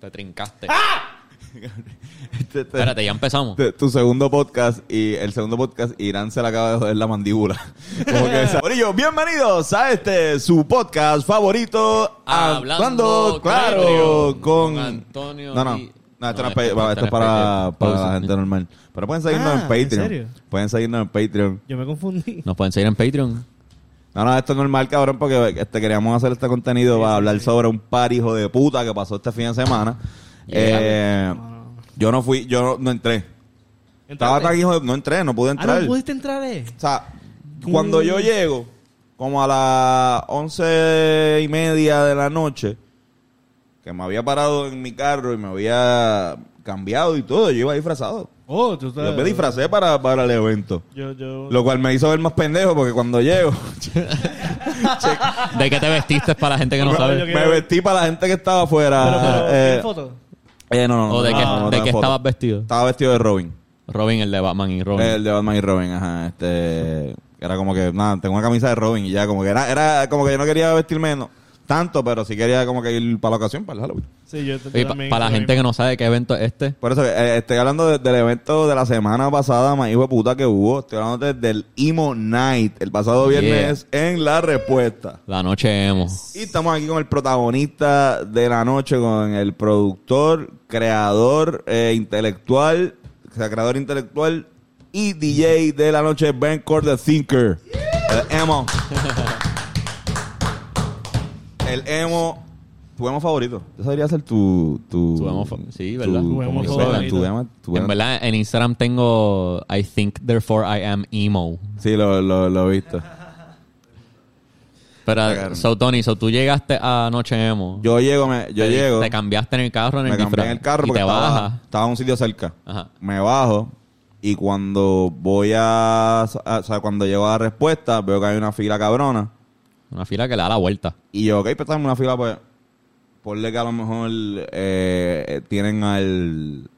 Te trincaste. Ah. Te- te- Espérate, ya empezamos. te- tu segundo podcast y el segundo podcast Irán se le acaba de joder la mandíbula. Como que esa- Corillo, bienvenidos a este su podcast favorito Hablando claro Claro, con, con Antonio No, no. y- No, No, esto, no es pa- esto- esto esto es es para, Patreon. para la Pausa. gente normal. Pero pueden seguirnos Ah, en ¿en Patreon. serio? pueden seguirnos en Patreon. Yo me confundí. Nos pueden seguir en Patreon. No, no, esto es normal, cabrón, porque este, queríamos hacer este contenido para hablar sobre un par hijo de puta que pasó este fin de semana. Yeah. Eh, No, no, no. yo no fui, yo no- no entré. Estaba tan hijo de... No entré, no pude Ah, entrar. no pudiste entrar, eh. O sea, cuando Mm. yo llego, como a las once y media de la noche, que me había parado en mi carro y me había cambiado y todo, yo iba disfrazado. Oh, tú Yo me disfracé para, para el evento. Yo, yo. Lo cual me hizo ver más pendejo porque cuando llego, ¿De qué te vestiste para la gente que no No, sabe? yo me vestí para la gente que estaba afuera. Pero, pero, eh, ¿qué foto? eh, no, no, no, ¿O de no, qué, no, no de tengo qué foto. estabas vestido? Estaba vestido de Robin. Robin, el de Batman y Robin. Eh, El de Batman y Robin, ajá. Este, era como que, nada, tengo una camisa de Robin y ya, como que era, era como que yo no quería vestirme no, tanto, pero sí quería como que ir para la ocasión, para el Halloween. Sí, yo Y pa- para la gente que no sabe qué evento es este, Por eso, eh, estoy hablando de- del evento de la semana pasada, más hijo de puta que hubo. Estoy hablando de- del Emo Night, el pasado Yeah. viernes en La Respuesta. la noche hemos. Y estamos aquí con el protagonista de la noche, con el productor, creador eh, intelectual, o sea, creador intelectual y DJ de la noche, Ben Core the Thinker. El emo. El emo. Tu emo favorito. Ese debería ser tu. Tu, Tu emo fa- sí, ¿verdad? Tu, Tu emo como que favorito. sea, tu emo- tu En emo- verdad, en Instagram tengo I think, therefore I am emo. Sí, lo, lo, lo he visto. Pero, Cagaron. so Tony, so tú llegaste a Noche Emo. Yo llego, me, yo te, llego. Te cambiaste en el carro, en el me cambié disfraz, en el carro Y porque te estaba, bajas. estaba en un sitio cerca. Ajá. Me bajo y cuando voy a, a- O sea, cuando llego a la respuesta, veo que hay una fila cabrona. Una fila que le da la vuelta. Y yo, ok, pues estamos en una fila, pues. Ponle que a lo mejor eh, tienen al.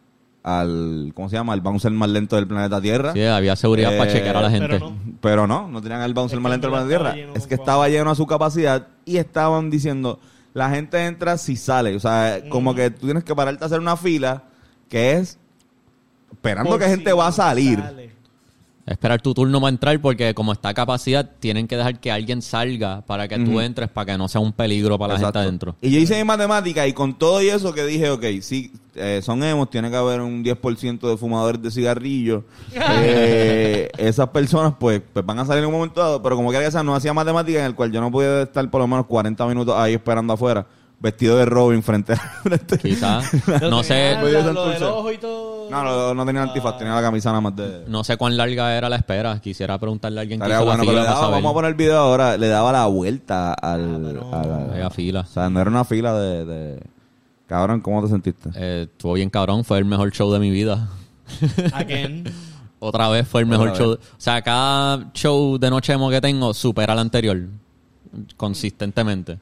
al ¿Cómo se llama? Al bouncer más lento del planeta Tierra. Sí, había seguridad Eh, para checar a la gente. pero no. Pero no, no tenían al bouncer Es más que lento del en planeta verdad Tierra. estaba lleno Es que con estaba lleno a su capacidad y estaban diciendo, la gente entra si sale. O sea, Mm. como que tú tienes que pararte a hacer una fila que es esperando que gente va a salir. Esperar tu turno para entrar porque como está a capacidad, tienen que dejar que alguien salga para que tú entres, para que no sea un peligro para la gente Exacto. adentro. Y yo hice mi matemática y con todo y eso que dije, ok, sí, eh, son hemos, tiene que haber un 10% de fumadores de cigarrillos. Eh, esas personas pues, pues van a salir en un momento dado, pero como quiera que sea, no hacía matemática en el cual yo no podía estar por lo menos 40 minutos ahí esperando afuera, vestido de Robin frente a... frente- Quizás. no sé Voy a San ah, Lo, lo del Dulce. ojo y todo. No, no, no tenía el antifaz, tenía la camisa nada más de... no sé cuán larga era la espera. Quisiera preguntarle a alguien que Estaría hizo bueno, la pero fila le para daba- saber. Ah, vamos a poner el video ahora, le daba la vuelta al... a la- Vaya fila. o sea, no era una fila de... de... Cabrón, ¿cómo te sentiste? Eh, estuvo bien cabrón. Fue el mejor show de mi vida. Again. Otra vez fue el mejor Otra show. O sea, cada show de Noche Emo que tengo supera al anterior. Consistentemente.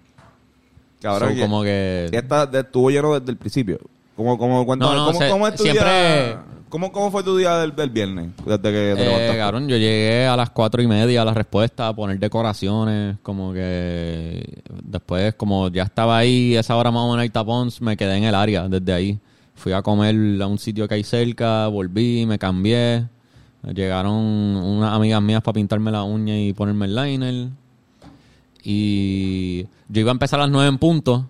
Cabrón, So, y- como que... y esta de- estuvo lleno desde el principio. Como, como, cuéntame, No, no, ¿cómo, se- cómo es tu siempre- día? ¿Cómo, cómo fue tu día del, del viernes? Desde que te Eh, levantaste. cabrón, yo llegué a las cuatro y media a la respuesta, a poner decoraciones, como que después, como ya estaba ahí, esa hora más o menos el tapón, me quedé en el área desde ahí. Fui a comer a un sitio que hay cerca, volví, me cambié. Llegaron unas amigas mías para pintarme la uña y ponerme el liner. Y yo iba a empezar a las nueve en punto,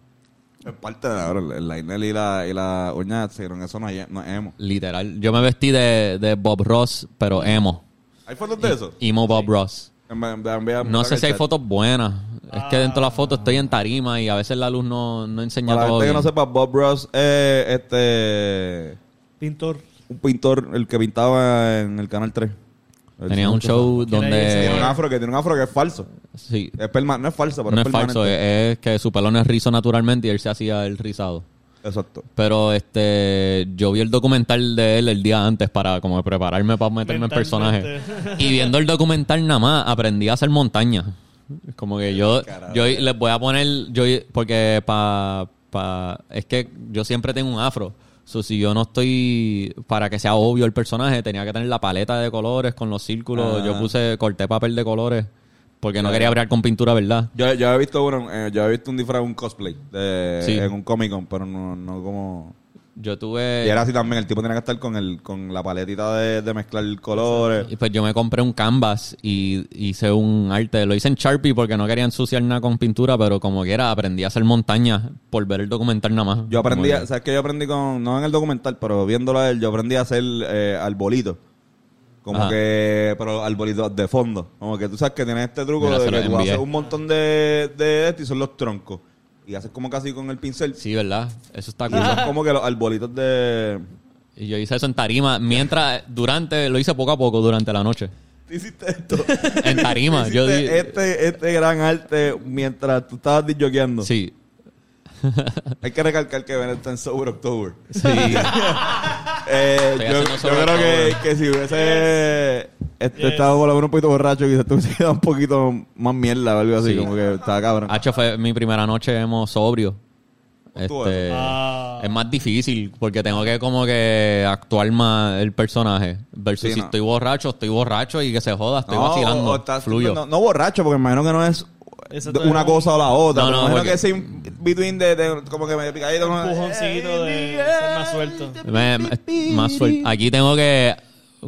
Es parte de cabrón, el Lainel y la, y la uña se dieron eso, no, hay- no hemos. literal. Yo me vestí de, de Bob Ross, pero emo. ¿Hay fotos de eso? Emo Bob Ross. En- en- en- en- No en- sé si hay fotos buenas. Es que dentro de la foto estoy en tarima y a veces la luz no, no enseña Ah. Para la todo gente que bien. no sepa, Bob Ross es este, Pintor. un pintor, el que pintaba en el Canal 3. El Tenía un señor show ¿Quién que- es Tiene un donde... ese? afro que tiene un afro que es falso. Sí, Es perma- no es falso, pero no es, es falso. permanente. Es, es que su pelón es rizo naturalmente y él se hacía el rizado. Exacto. Pero este yo vi el documental de él el día antes para como prepararme para meterme en personaje. Mentalmente. Y viendo el documental nada más aprendí a hacer montaña. Como que yo, yo les voy a poner, yo porque para pa, es que yo siempre tengo un afro. So, si yo no estoy, para que sea obvio el personaje, tenía que tener la paleta de colores con los círculos. Ah. Yo puse, corté papel de colores Porque no quería bregar con pintura, ¿verdad? Yo, yo he visto uno, eh, yo he visto un disfraz, un cosplay de, Sí. en un Comic Con, pero no, no como. Yo tuve... Y era así también, el tipo tenía que estar con el, con la paletita de, de mezclar colores. Y Pues yo me compré un canvas y hice un arte. Lo hice en Sharpie porque no quería ensuciar nada con pintura, pero como quiera aprendí a hacer montañas por ver el documental nada más. Yo aprendí, Como a- ¿sabes qué? Yo aprendí con, no en el documental, pero viéndolo a él, yo aprendí a hacer eh, arbolitos. Como Ajá. que, pero arbolitos de fondo. Como que tú sabes que tienes este truco Mira, de se lo que tú envié. haces un montón de, de esto y son los troncos. Y haces como casi con el pincel. que- Sí, ¿verdad? Eso está Y cool. son como que los arbolitos de... Y yo hice eso en tarima. Mientras, durante, lo hice poco a poco durante la noche. ¿Tú hiciste esto? En tarima. ¿Tú yo di- hiciste este, este gran arte mientras tú estabas disjoqueando. Sí. Hay que recalcar que Ben está en Sober October. Sí. Eh, Estoy yo, haciendo yo sobre creo que, todo. que si hubiese este, estado por lo menos un poquito borracho, quizás te hubiese quedado un poquito más mierda o algo así, Sí. como que estaba cabrón. Hacho fue mi primera noche hemos sobrio. Tú, Este, Ah. Es más difícil porque tengo que como que actuar más el personaje. Versus Sí, si no. estoy borracho, estoy borracho y que se joda, estoy No, vacilando. o estás- fluyo. No, no borracho, porque imagino que no es Eso de- todavía una no. cosa o la otra. No, pero no, imagino porque- que ese in- between de, de- como que eh". me picadito. como- Empujoncito de ser más suelto. Me- me- más suel- Aquí tengo que,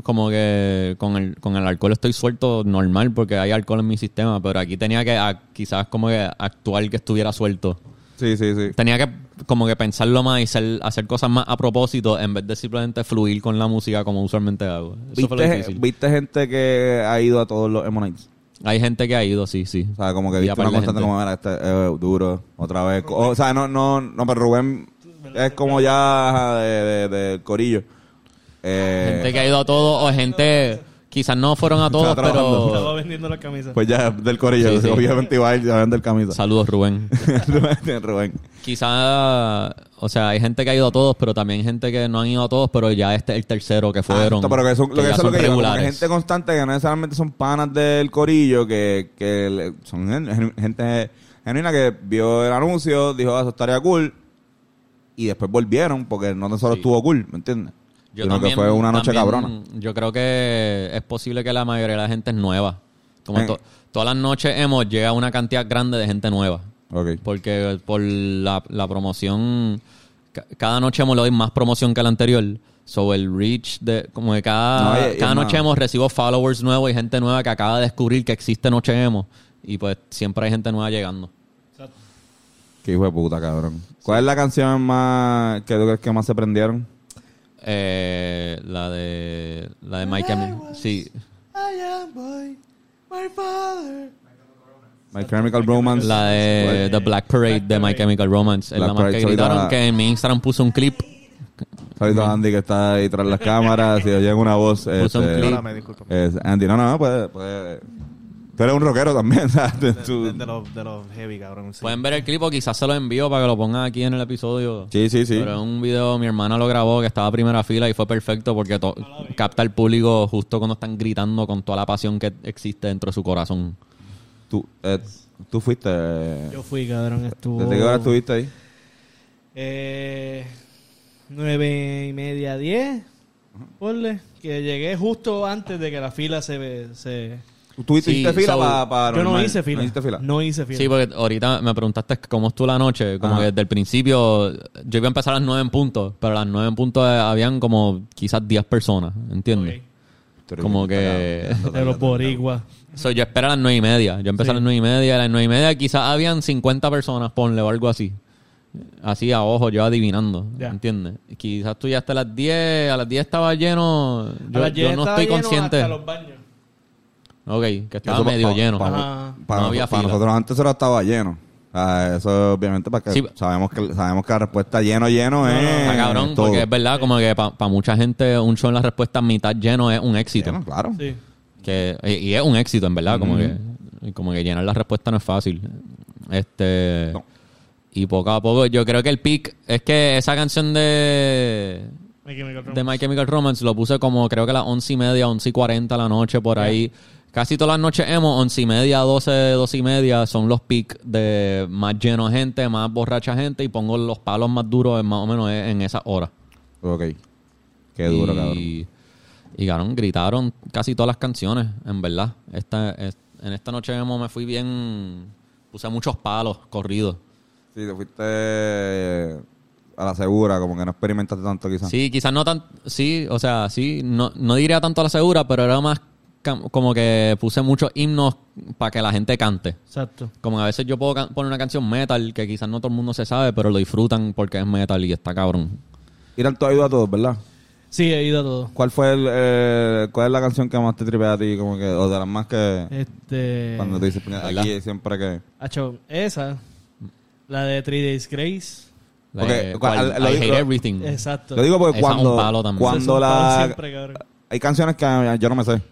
como que con el, con el alcohol estoy suelto normal porque hay alcohol en mi sistema, pero aquí tenía que ah, quizás como que actuar que estuviera suelto. Sí, sí, sí. Tenía que como que pensarlo más y ser- hacer cosas más a propósito en vez de simplemente fluir con la música como usualmente hago. Eso fue lo ¿Viste, difícil. viste gente que ha ido a todos los Emo Nights? Hay gente que ha ido, sí, sí. O sea, como que Y viste aparte una de constante gente. como era este, eh, duro, otra vez. O sea, no, no, no, pero Rubén es como ya ajá, de, de, de corillo. Eh, Gente que ha ido a todos o gente... Quizás no fueron a todos, trabajando. pero... Estaba vendiendo las camisas. Pues ya, del corillo. Sí, sí. Obviamente iba a ir, ya del camisa. Saludos, Rubén. Rubén. Quizá, o sea, hay gente que ha ido a todos, pero también gente que no han ido a todos, pero ya este es el tercero que fueron. Ah, pero que son, lo que ya eso es lo que digo, como que regulares. gente constante que no necesariamente son panas del corillo, que, que le- son gen- gente genuina que vio el anuncio, dijo, ah, eso estaría cool. Y después volvieron, porque no tan solo estuvo cool, ¿me entiendes? Yo Sino también- que fue una noche también cabrona. Yo creo que es posible que la mayoría de la gente es nueva. Como Eh. to- todas las noches hemos llega una cantidad grande de gente nueva. Ok. Porque por la, la promoción, ca- cada noche hemos le doy más promoción que la anterior. So el reach de, como que No, cada, y- y cada es noche más. hemos recibo followers nuevos y gente nueva que acaba de descubrir que existe Noche Hemos. Y pues siempre hay gente nueva llegando. Exacto. Qué hijo de puta, cabrón. ¿Cuál es la canción más que tú crees que más se prendieron? Eh, la de la de Michael. Sí. My Chemical Romance. La de The Black Parade de My Chemical Romance. Es Pues, Black la más Parade, que solita la- gritaron que en mi Instagram puso un clip. Saludos a Andy que está ahí tras las cámaras. Si oyen una voz. este, Puso un clip. Perdóname, discúlpame. es Andy, no, no, puede. puede. Tú eres un rockero también. ¿sabes? Tú- De, de los, de los heavy, cabrón. sí. Pueden ver el clip o quizás se lo envío para que lo pongan aquí en el episodio. Sí, sí, sí. Pero es un video, mi hermana lo grabó que estaba a primera fila y fue perfecto porque to- capta al público justo cuando están gritando con toda la pasión que existe dentro de su corazón. Tú, eh, tú fuiste. eh, Yo fui, cabrón, estuvo... ¿Desde qué hora estuviste ahí? Eh, nueve y media, diez. Ponle. Que llegué justo antes de que la fila se... ve- se... ¿Tú hiciste Sí, fila so, para.? Pa, Yo no normal? hice fila. ¿No hiciste fila? No hice fila. Sí, pues, porque ahorita me preguntaste cómo estuvo la noche. Como Ajá. que desde el principio, yo iba a empezar a las 9 en punto, pero a las 9 en punto eh, habían como quizás 10 personas, ¿entiendes? Ok. Tú eres Como un que- puta cabrón. De los boricuas. So, yo esperé a las nueve y media. Yo empecé a las nueve y media. A las nueve y media quizás habían 50 personas, ponle o algo así. Así a ojo, yo adivinando. Ya. ¿Entiendes? Quizás tú ya hasta las 10. A las 10 estaba lleno. Yo, yo no estoy consciente. Hasta los baños. Ok, que Eso estaba pa- medio pa- lleno. pa- Ajá. para No había nos- para fila. nosotros antes solo estaba lleno. Ah, eso obviamente para que Sí. sabemos que sabemos que la respuesta lleno lleno es Ah, cabrón, todo. porque es verdad, como que para mucha gente un show en la respuesta mitad lleno es un éxito. Lleno, claro. Sí. Que, y, y es un éxito, en verdad, como que como que llenar la respuesta no es fácil. Este No. y poco a poco, yo creo que el pick es que esa canción de Hay que me de My Chemical Romance lo puse como creo que a las once y media, once y cuarenta la noche por ahí. Casi todas las noches hemos once y media, doce, doce y media son los pics de más lleno de gente, más borracha gente y pongo los palos más duros en- más o menos en esas horas. Ok. Qué duro, Y- cabrón. Y, cabrón, gritaron casi todas las canciones, en verdad. Esta es- en esta noche emo me fui bien. Puse muchos palos corridos. Sí, te fuiste eh, a la segura, como que no experimentaste tanto quizás. Sí, quizás no tan. Sí, o sea, sí, no, no diría tanto a la segura, pero era más cam- como que puse muchos himnos para que la gente cante. Exacto. Como que a veces yo puedo can- poner una canción metal que quizás no todo el mundo se sabe, pero lo disfrutan porque es metal y está cabrón. Irán, tú has ido a todos, ¿verdad? Sí, he ido a todo. ¿Cuál fue el, eh, cuál es la canción que más te tripea a ti, como que, o de las más que Este. cuando te dices "Puñeta, ¿verdad? aquí siempre que Acho, esa. La de Three Days Grace. La Ok, de- ¿cuál- cuál- lo Eh, I digo- hate everything. Exacto. Lo digo porque Esa es un cuando palo también. Ese es cuando un palo la siempre, cabrón. hay canciones que eh, yo no me sé.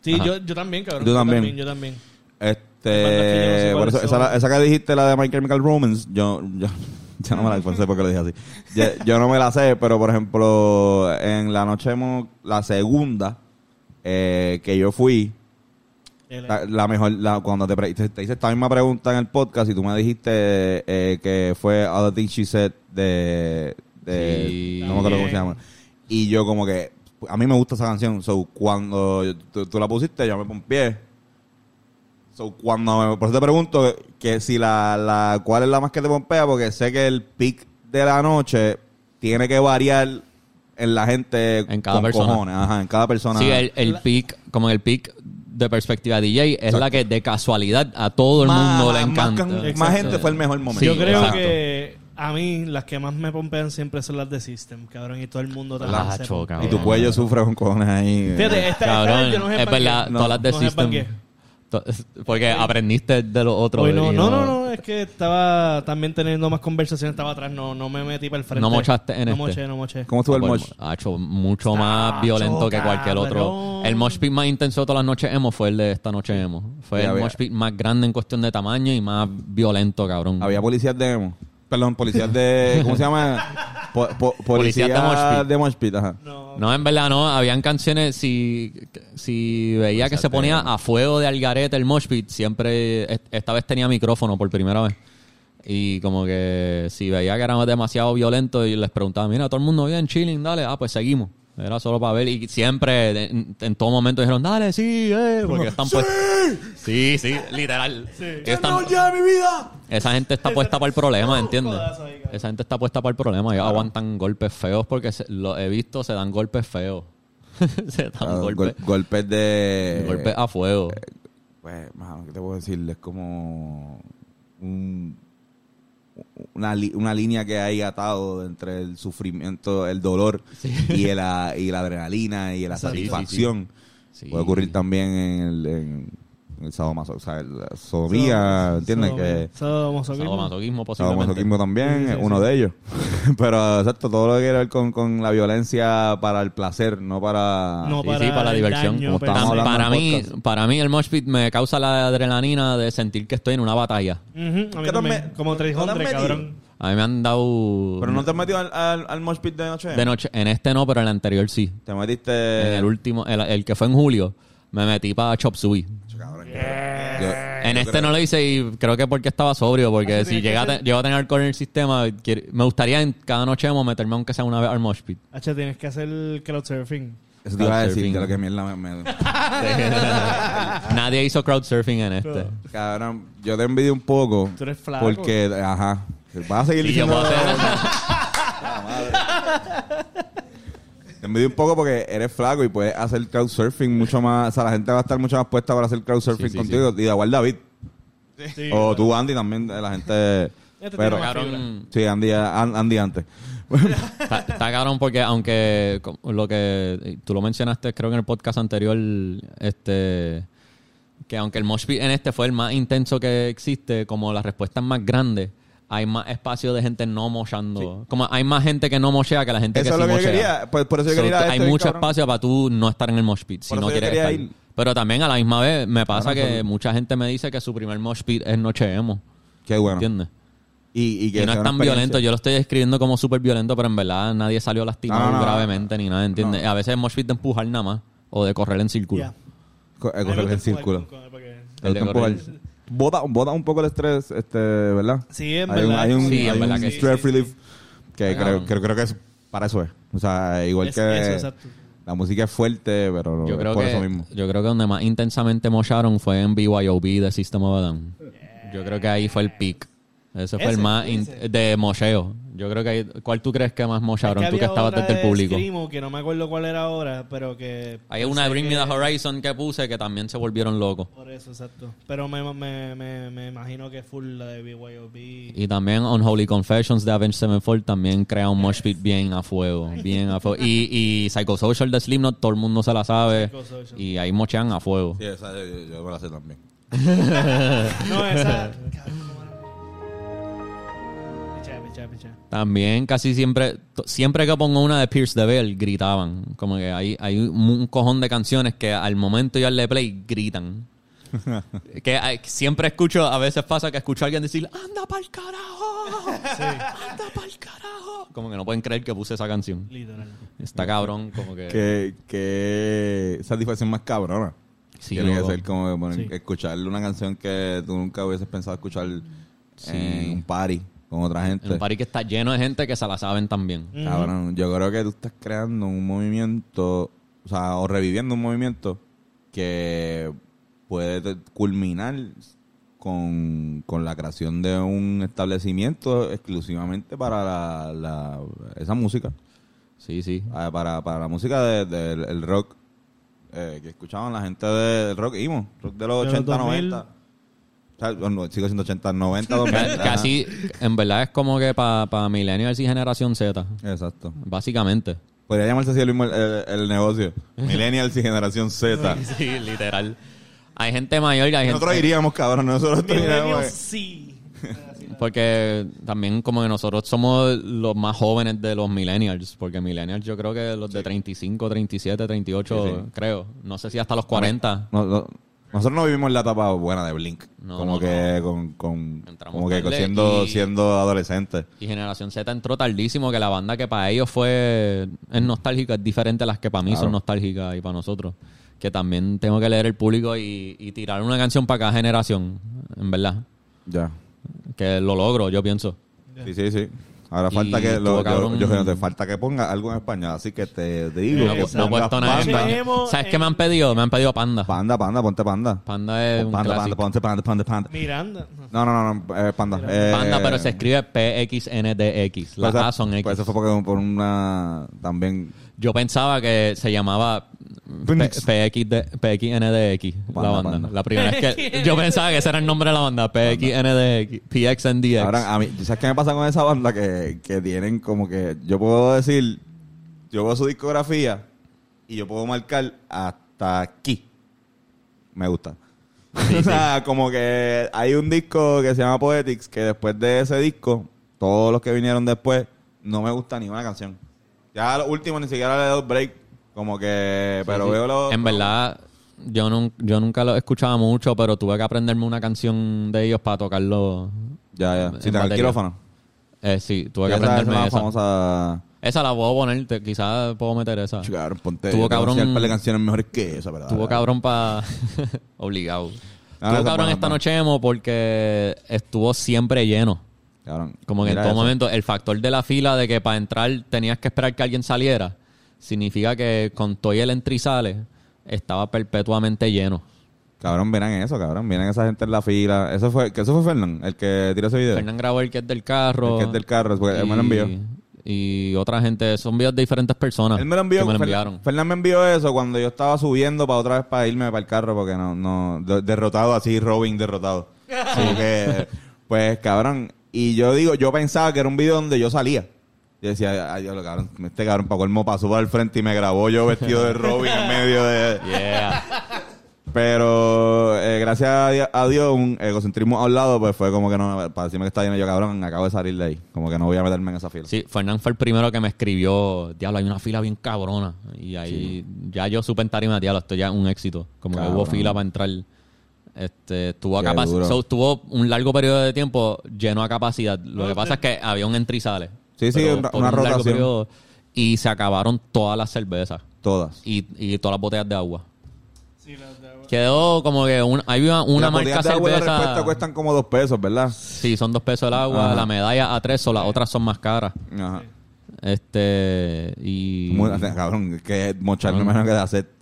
Sí, Ajá. yo, yo también, cabrón. Yo también. Yo también. Este, Hay bandas que yo no sé por eso- cuáles esa, son. la- esa que dijiste la de My Chemical Romance, yo yo, yo no me la sé porque lo dije así. Yo, yo no me la sé, pero por ejemplo, en la noche hemos- la segunda eh, que yo fui, El- La, la mejor, la- cuando te, pre- te, te hice esta misma pregunta en el podcast y tú me dijiste eh, que fue All the Things She Said de... de Sí. No me acuerdo cómo se llama. Y yo como que... A mí me gusta esa canción. So, cuando yo- tú, tú la pusiste, yo me pompié. So, cuando me- por eso te pregunto que si la, la... ¿Cuál es la más que te pompea? Porque sé que el pic de la noche tiene que variar en la gente En cada persona. cojones. Ajá, en cada persona. Sí, el, el pick, como el pick de perspectiva DJ, es la que de casualidad a todo el Más- mundo le más encanta. can- más Exacto. gente fue el mejor momento. Sí, yo creo exacto. que a mí las que más me pompean siempre son las de System, cabrón. Y todo el mundo también. Ah, se choca, y pompea. tu cuello sufre con cojones ahí. Fíjate, esta, Cabrón, esta yo no sé es para qué. verdad, No, todas las de no sé System. pa' qué. To- Porque aprendiste de los otros. Hoy no, y no, no, no, es que estaba también teniendo más conversaciones, estaba atrás, no, no me metí para el frente. No mochaste en No este. moché, no moché. ¿Cómo estuvo el Pues, mosh? hacho, mucho más Hacho, violento que cualquier otro. cabrón. El mosh pit más intenso de todas las noches emo fue el de esta noche emo. Fue Sí, el había- mosh pit más grande en cuestión de tamaño y más violento, cabrón. Había policías de emo. Perdón, policías de... ¿Cómo se llama? Po- po- policías Policías de mosh pit. de mosh pit, ajá. No, No, en verdad no. Habían canciones, si, si veía que se ponía a fuego de Algarete el mosh pit, siempre, est- esta vez tenía micrófono por primera vez. Y como que si veía que era demasiado violento y les preguntaba, mira, todo el mundo bien, chilling, dale, ah, pues seguimos. Era solo para ver y siempre, de- en, en todo momento dijeron, dale, sí, eh, porque están puestos. Sí, sí, literal. Ellos están- mi vida! esa gente está puesta para el problema, ¿entiendes? codazo ahí, cabrón. Esa gente está puesta para el problema. Ellos aguantan golpes feos porque se- lo he visto, se dan golpes feos. se dan golpes, golpes. de... golpes a fuego. Pues, mano, ¿qué te puedo decir? Es como... un- una, li- una línea que hay atado entre el sufrimiento, el dolor y, el a- y la adrenalina y la Exacto. Sí, sí, sí. satisfacción. Sí. Puede ocurrir también en el, en el sadomaso, o sea, el- la sodomía, ¿entiendes? Que Sodomasoquismo. Sadomasoquismo posiblemente. sadomasoquismo también Sí, sí, es uno sí. de ellos. Pero exacto, todo lo que tiene que ver con, con la violencia para el placer, no para... No, Sí, sí, para la el diversión. daño, como pero- estamos Estamos hablando para, hablando en mí, podcast. para mí el mosh pit me causa la adrenalina de sentir que estoy en una batalla. Ujú, a mí ¿Qué te también, has me- como no te has 300, metido? cabrón. A mí me han dado... Pero no te has metido al, al, al mosh pit de noche. De noche. En este no, pero en el anterior sí. Te metiste... En el último, el, el que fue en julio, me metí para Chop Suey. Cabrón, yo- En Eh, yo este creo- Ah, no lo hice y creo que porque estaba sobrio, porque si llega a, te- llego a tener alcohol en el sistema, quiero- me gustaría en cada noche emo meterme aunque sea una vez al mosh pit. H, tienes que hacer crowdsurfing. Eso te iba a decir, Couchsurfing. ya lo que mierda me... me- Nadie hizo crowdsurfing en este. Cabrón, yo te envidio un poco. Tú eres flaco. Porque, ajá, vas a seguir Y yo diciendo... puedo hacer- Te envidio un poco porque eres flaco y puedes hacer crowdsurfing mucho más. O sea, la gente va a estar mucho más puesta para hacer crowdsurfing Sí, sí, contigo. Y de igual David. Sí. Este o tú, Andy, también. eh, La gente. tiene Oh, Pero, más cabrón, sí, Andy, eh, An- Andy antes. está, está cabrón porque aunque co- lo que tú lo mencionaste creo que en el podcast anterior, este que aunque el mosh pit en este fue el más intenso que existe, como la respuesta es más grande, hay más espacio de gente no moshando. Como hay más gente que no moshea que la gente Eso que es sí lo que yo moshea. quería. Por, por eso yo So, quería ir a te- hay este, mucho cabrón. espacio para tú no estar en el mosh pit si Por no eso yo quieres quería estar. ir. Pero también a la misma vez me pasa Ahora que solo. mucha gente me dice que su primer mosh pit es Noche Emo. Qué bueno. ¿Entiendes? Y, y que Y no sea es una tan violento. experiencia. Yo lo estoy describiendo como súper violento, pero en verdad nadie salió lastimado No, no, no. gravemente ni nada, ¿entiendes? A veces es mosh pit de empujar nada más o de correr en círculo. Ya. Co- eh, A Correr mí me gusta en jugar círculo. con- con- porque- Te gusta El de correr. empujar. Bota, bota un poco el estrés, este, ¿verdad? Sí, en hay verdad. Un, hay un, Sí, en hay verdad un que sí. stress relief que Está creo, cabrón. creo, creo que es para eso es. O sea, igual Es que eso, exacto. La música es fuerte, pero no- Yo es creo, eh, por que, eso mismo. yo creo que donde más intensamente mocharon fue en BYOB de System of a Down. Yo creo que ahí fue el peak. Ese fue el Ese, más in- ese. de mocheo. Yo creo que ahí, ¿cuál tú crees que más mocharon? Es tú que había estabas otra desde el de público. Screamo, que no me acuerdo cuál era ahora, pero que... Hay una de Bring Me the Horizon que puse que también se volvieron locos. Por eso, exacto. Pero me, me, me, me imagino que full la de BYOB. Y también Unholy Confessions de Avenged Sevenfold también crea un mosh pit bien a fuego, bien a fuego. Y, y Psychosocial de Slipknot todo el mundo se la sabe Psychosocial. y ahí mochean a fuego. Sí, esa yo, yo- yo me la sé también. No, esa... Cabrón, ¿cómo era? Pichea, pichea, pichea. También casi siempre, to- siempre que pongo una de Pierce the Veil gritaban, como que hay, hay un un cojón de canciones que al momento yo darle play gritan. que hay- siempre escucho, a veces pasa que escucho a alguien decir, anda pa'l carajo, anda pa'l carajo. Como que no pueden creer que puse esa canción. Literal. Está cabrón, como que... Qué, qué satisfacción más cabrona. Sí, Tiene que loco. ser como que poner- Sí. escuchar una canción que tú nunca hubieses pensado escuchar en Sí. un party con otra gente. En un party que está lleno de gente que se la saben también. Cabrón, yo creo que tú estás creando un movimiento, o sea, o reviviendo un movimiento que puede te- culminar con, con la creación de un establecimiento exclusivamente para la, la- esa música, Sí, sí. ah, para, para la música de- del el rock eh, que escuchaban la gente del rock emo, rock de los De los 80, 2000. 90. O sea, bueno, sigo siendo 80, 90, 2000. Ca- ajá. Casi, en verdad es como que para millennials y generación Z, Exacto. básicamente. Podría llamarse así el, mismo- el- el negocio. Millennials y Generación Z. Sí, literal. Hay gente mayor y hay gente... Nosotros iríamos, cabrón. Nosotros eh, Millennials, terminamos. sí. Porque también como que nosotros somos los más jóvenes de los millennials, porque millennials yo creo que los de 35, 37, 38, Sí, sí. creo. No sé si hasta los 40. No- no- nosotros no vivimos la etapa buena de Blink. No, como no, que con, con- Entramos como que tarde siendo, y- siendo adolescentes. Y Generación Z entró tardísimo, que la banda que para ellos fue es nostálgica, es diferente a las que para mí Claro. son nostálgicas y para nosotros. Que también tengo que leer el público y, y tirar una canción para cada generación, en verdad. Ya. Que lo logro, yo pienso. Sí, sí, sí. Ahora Y falta que estuvo lo, yo, cabrón. yo- te falta que ponga algo en español, así que te digo. No, que no he pongas puesto nada en panda, español. Tenemos ¿Sabes en- qué me han pedido? Me han pedido Panda. panda, panda, ponte panda. Panda es un Panda, panda, clásico. ponte panda, panda, panda. Miranda. No. No, no, no, no, eh, panda. Eh, Panda, pero se escribe PXNDX. pues Las esa- A son X. Pues eso fue porque por una también Yo pensaba que se llamaba P- Phoenix. PXD PXNDX, Panda, la banda. panda. La primera vez que yo pensaba que ese era el nombre de la banda, PXNDX, PXNDX. Ahora, ah, a mí, ¿sabes qué me pasa con esa banda? Que, que tienen como que. Yo puedo decir. Yo veo su discografía. Y yo puedo marcar hasta aquí. Me gusta. o sea, como que hay un disco que se llama Poetics. Que después de ese disco. Todos los que vinieron después. No me gusta ni una canción. Ya los últimos ni siquiera le doy break. Como que. pero Sí, Em sí. veo los. En verdad, yo, nun- yo nunca lo escuchaba mucho, pero tuve que aprenderme una canción de ellos para tocarlo. Ya, ya. em en Si te el batería. quirófano. Eh, sí, tuve que Esa, esa es aprenderme la esa. famosa. Esa la puedo poner, te- quizás puedo meter esa. Claro, Tuvo ponte. yo te voy a cabrón- enseñar Un par de canciones mejores que esa, ¿verdad? Tuvo cabrón para... Obligado. Ah, esa Tuvo es cabrón buena, esta buena. noche emo porque estuvo siempre lleno. Cabrón. Como que Mira en todo eso. momento el factor de la fila de que para entrar tenías que esperar que alguien saliera, significa que con todo y el entry sale, estaba perpetuamente lleno. Cabrón, miren eso, cabrón. Miren esa gente en la fila. Eso fue, que eso fue Fernán, el que tiró ese video. Fernán grabó el que es del carro. El que es del carro, porque él me lo envió. Y otra gente, son videos de diferentes personas. Él me lo envió. ah, Que me lo Fern- enviaron. Fernán me envió eso cuando yo estaba subiendo para otra vez para irme para el carro porque no, no, de- derrotado así, Robin derrotado. Como que, pues cabrón. Y yo digo, yo pensaba que era un video donde yo salía. Yo decía, ay, yo lo cabrón, este cabrón para colmo pasó para el frente y me grabó yo vestido de Robin en medio de... Yeah. Pero eh, gracias a Di- a Dios, un egocentrismo a un lado, pues fue como que no, para decirme que está lleno, yo cabrón, acabo de salir de ahí. Como que no voy a meterme en esa fila. Sí, Fernán fue el primero que me escribió, diablo, hay una fila bien cabrona. Y ahí ya yo supe en tarima, diablo, esto ya es un éxito. Como que hubo Cabrón. fila para entrar. Este, estuvo, a Qué capac- duro. so, estuvo un largo periodo de tiempo lleno a capacidad. Lo No, que pasa es que había un entry y sale. Sí, sí, Pero una- por una largo rotación. periodo, y se acabaron todas las cervezas Todas. y, y todas las botellas de agua. Sí, la de agua. Quedó como que una, hay una, una Las marca botellas de agua y la cerveza. respuesta cuestan como dos pesos, ¿verdad? Sí, son dos pesos el agua, Ajá. la medalla a tres o las otras son más caras. Ajá. Este. Y. Mu- o sea, cabrón, que mochar no Cabrón. menos que de hacer.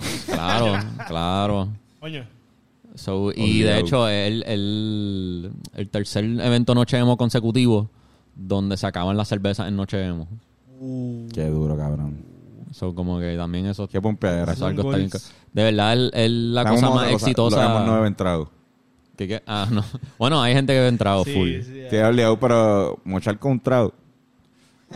Claro, claro. Coño. So, y de Obligado. hecho, el, el, el tercer evento Noche Emo consecutivo donde se acaban las cervezas en Noche Emo. Qué duro, cabrón. So, como que también eso, Qué pompeadera. eso Estamos algo está bien ca- De verdad, el- el- la cosa como más otra Lo exitosa. hagamos nueve entrados. que- que- ah, no. Bueno, hay gente que ve entrado Sí, full. sí, Te he hablado, pero mochar con un trago.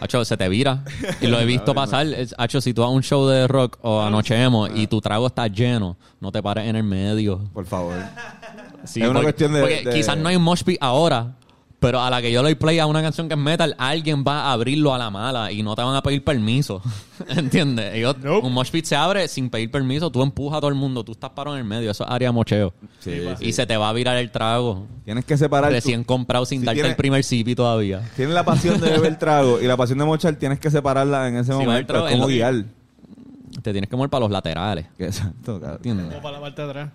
Hacho, se te vira. Y lo he visto pasar. Es- Hacho, si tú vas a un show de rock o Ah, a Noche Emo y tu trago está lleno, no te pares en el medio. Por favor. Sí, Es una cuestión de- porque de- quizás no hay un mosh pit ahora, pero a la que yo le doy play a una canción que es metal, alguien va a abrirlo a la mala y no te van a pedir permiso. ¿Entiendes? Ellos- Nope. Un mosh pit se abre sin pedir permiso, tú empujas a todo el mundo, tú estás parado en el medio, eso es área de mocheo. Sí, sí. Y se te va a virar el trago. Tienes que separar. tu- Recién comprado sin si darte tiene- el primer sipi todavía. Tienes la pasión de beber trago y la pasión de mochar tienes que separarla en ese va el momento. trago, Es como en lo- guiar. Te tienes que mover para los laterales. Exacto, cabrón. ¿Entiendes? O para la parte de atrás.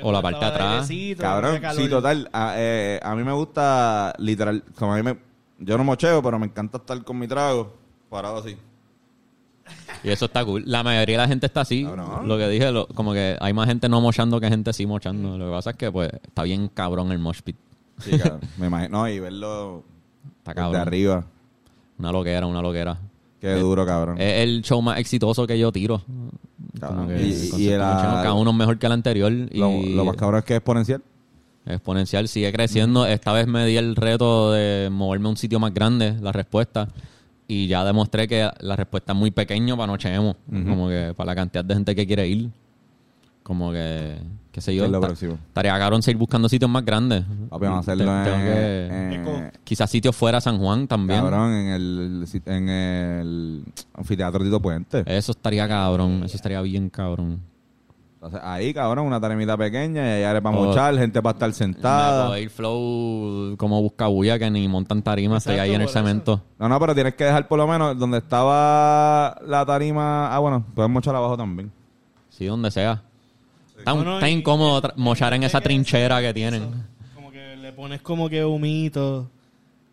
O la parte de atrás. Cabrón, sí, total. A, eh, a mí me gusta, literal, como a mí me... Yo no mocheo, pero me encanta estar con mi trago parado así. Y eso está cool. La mayoría de la gente está así. Cabrón. Lo que dije, lo- como que hay más gente no mochando que gente sí mochando. Lo que pasa es que, pues, está bien cabrón el mosh pit. Sí, cabrón. me imagino. No, y verlo Está Pues de cabrón. Eh, arriba. Una loquera, una loquera. Qué duro, cabrón. Es el show más exitoso que yo tiro. Como Cabrón. que Y- el y concepto era- mochino, cada uno es mejor que el anterior. lo, y lo más cabrón es que es exponencial. Exponencial sigue creciendo. Esta vez me di el reto de moverme a un sitio más grande, la respuesta. Y ya demostré que la respuesta es muy pequeño para Noche Emo. Como que para la cantidad de gente que quiere ir. Como que, qué sé yo. Es lo ta- próximo. Estaría cabrón seguir buscando sitios más grandes. Papi, vamos a Te- hacerlo en, tengo que- en- Quizás sitios fuera San Juan también. cabrón, en el, en el anfiteatro Tito Puente. Eso estaría cabrón. Eso estaría bien cabrón. Entonces, ahí, cabrón, una taremita pequeña y allá le para Oh. mochar, gente para estar Me sentada. puedo ir flow como buscabulla que ni montan tarima. Estoy Exacto, ahí en el por eso. cemento. No, no, pero tienes que dejar por lo menos donde estaba la tarima. Ah, bueno, puedes mochar abajo también. Sí, donde sea. Está, No, no, está y- incómodo tra- mochar en esa trinchera que tienen. Como que le pones como que humito,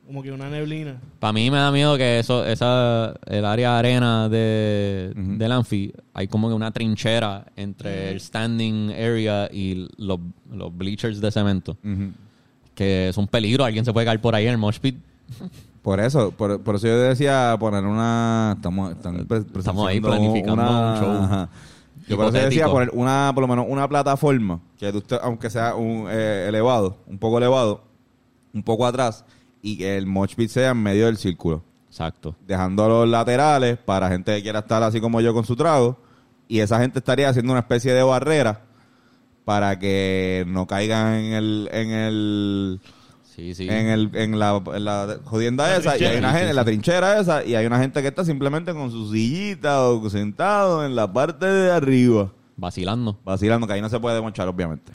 como que una neblina. Para mí me da miedo que eso, esa, el área de arena de, del Anfi, hay como que una trinchera entre el standing area y los, los bleachers de cemento. Ujú. Que es un peligro, alguien se puede caer por ahí en el mosh pit. Por eso, por, por eso yo decía poner una. Estamos, están pre- Estamos ahí presenciando planificando un show Ajá. Yo por eso yo decía hipotético. poner una, por lo menos una plataforma, que tú estés- aunque sea un eh, elevado, un poco elevado, un poco atrás, y que el mosh pit sea en medio del círculo, Exacto. dejando los laterales para gente que quiera estar así como yo con su trago, y esa gente estaría haciendo una especie de barrera para que no caigan en el, en el Sí, sí. en, el, en, la, en la jodienda esa y hay una gente en la trinchera esa y hay una gente que está simplemente con su sillita o sentado en la parte de arriba Vacilando. vacilando que ahí no se puede mochar obviamente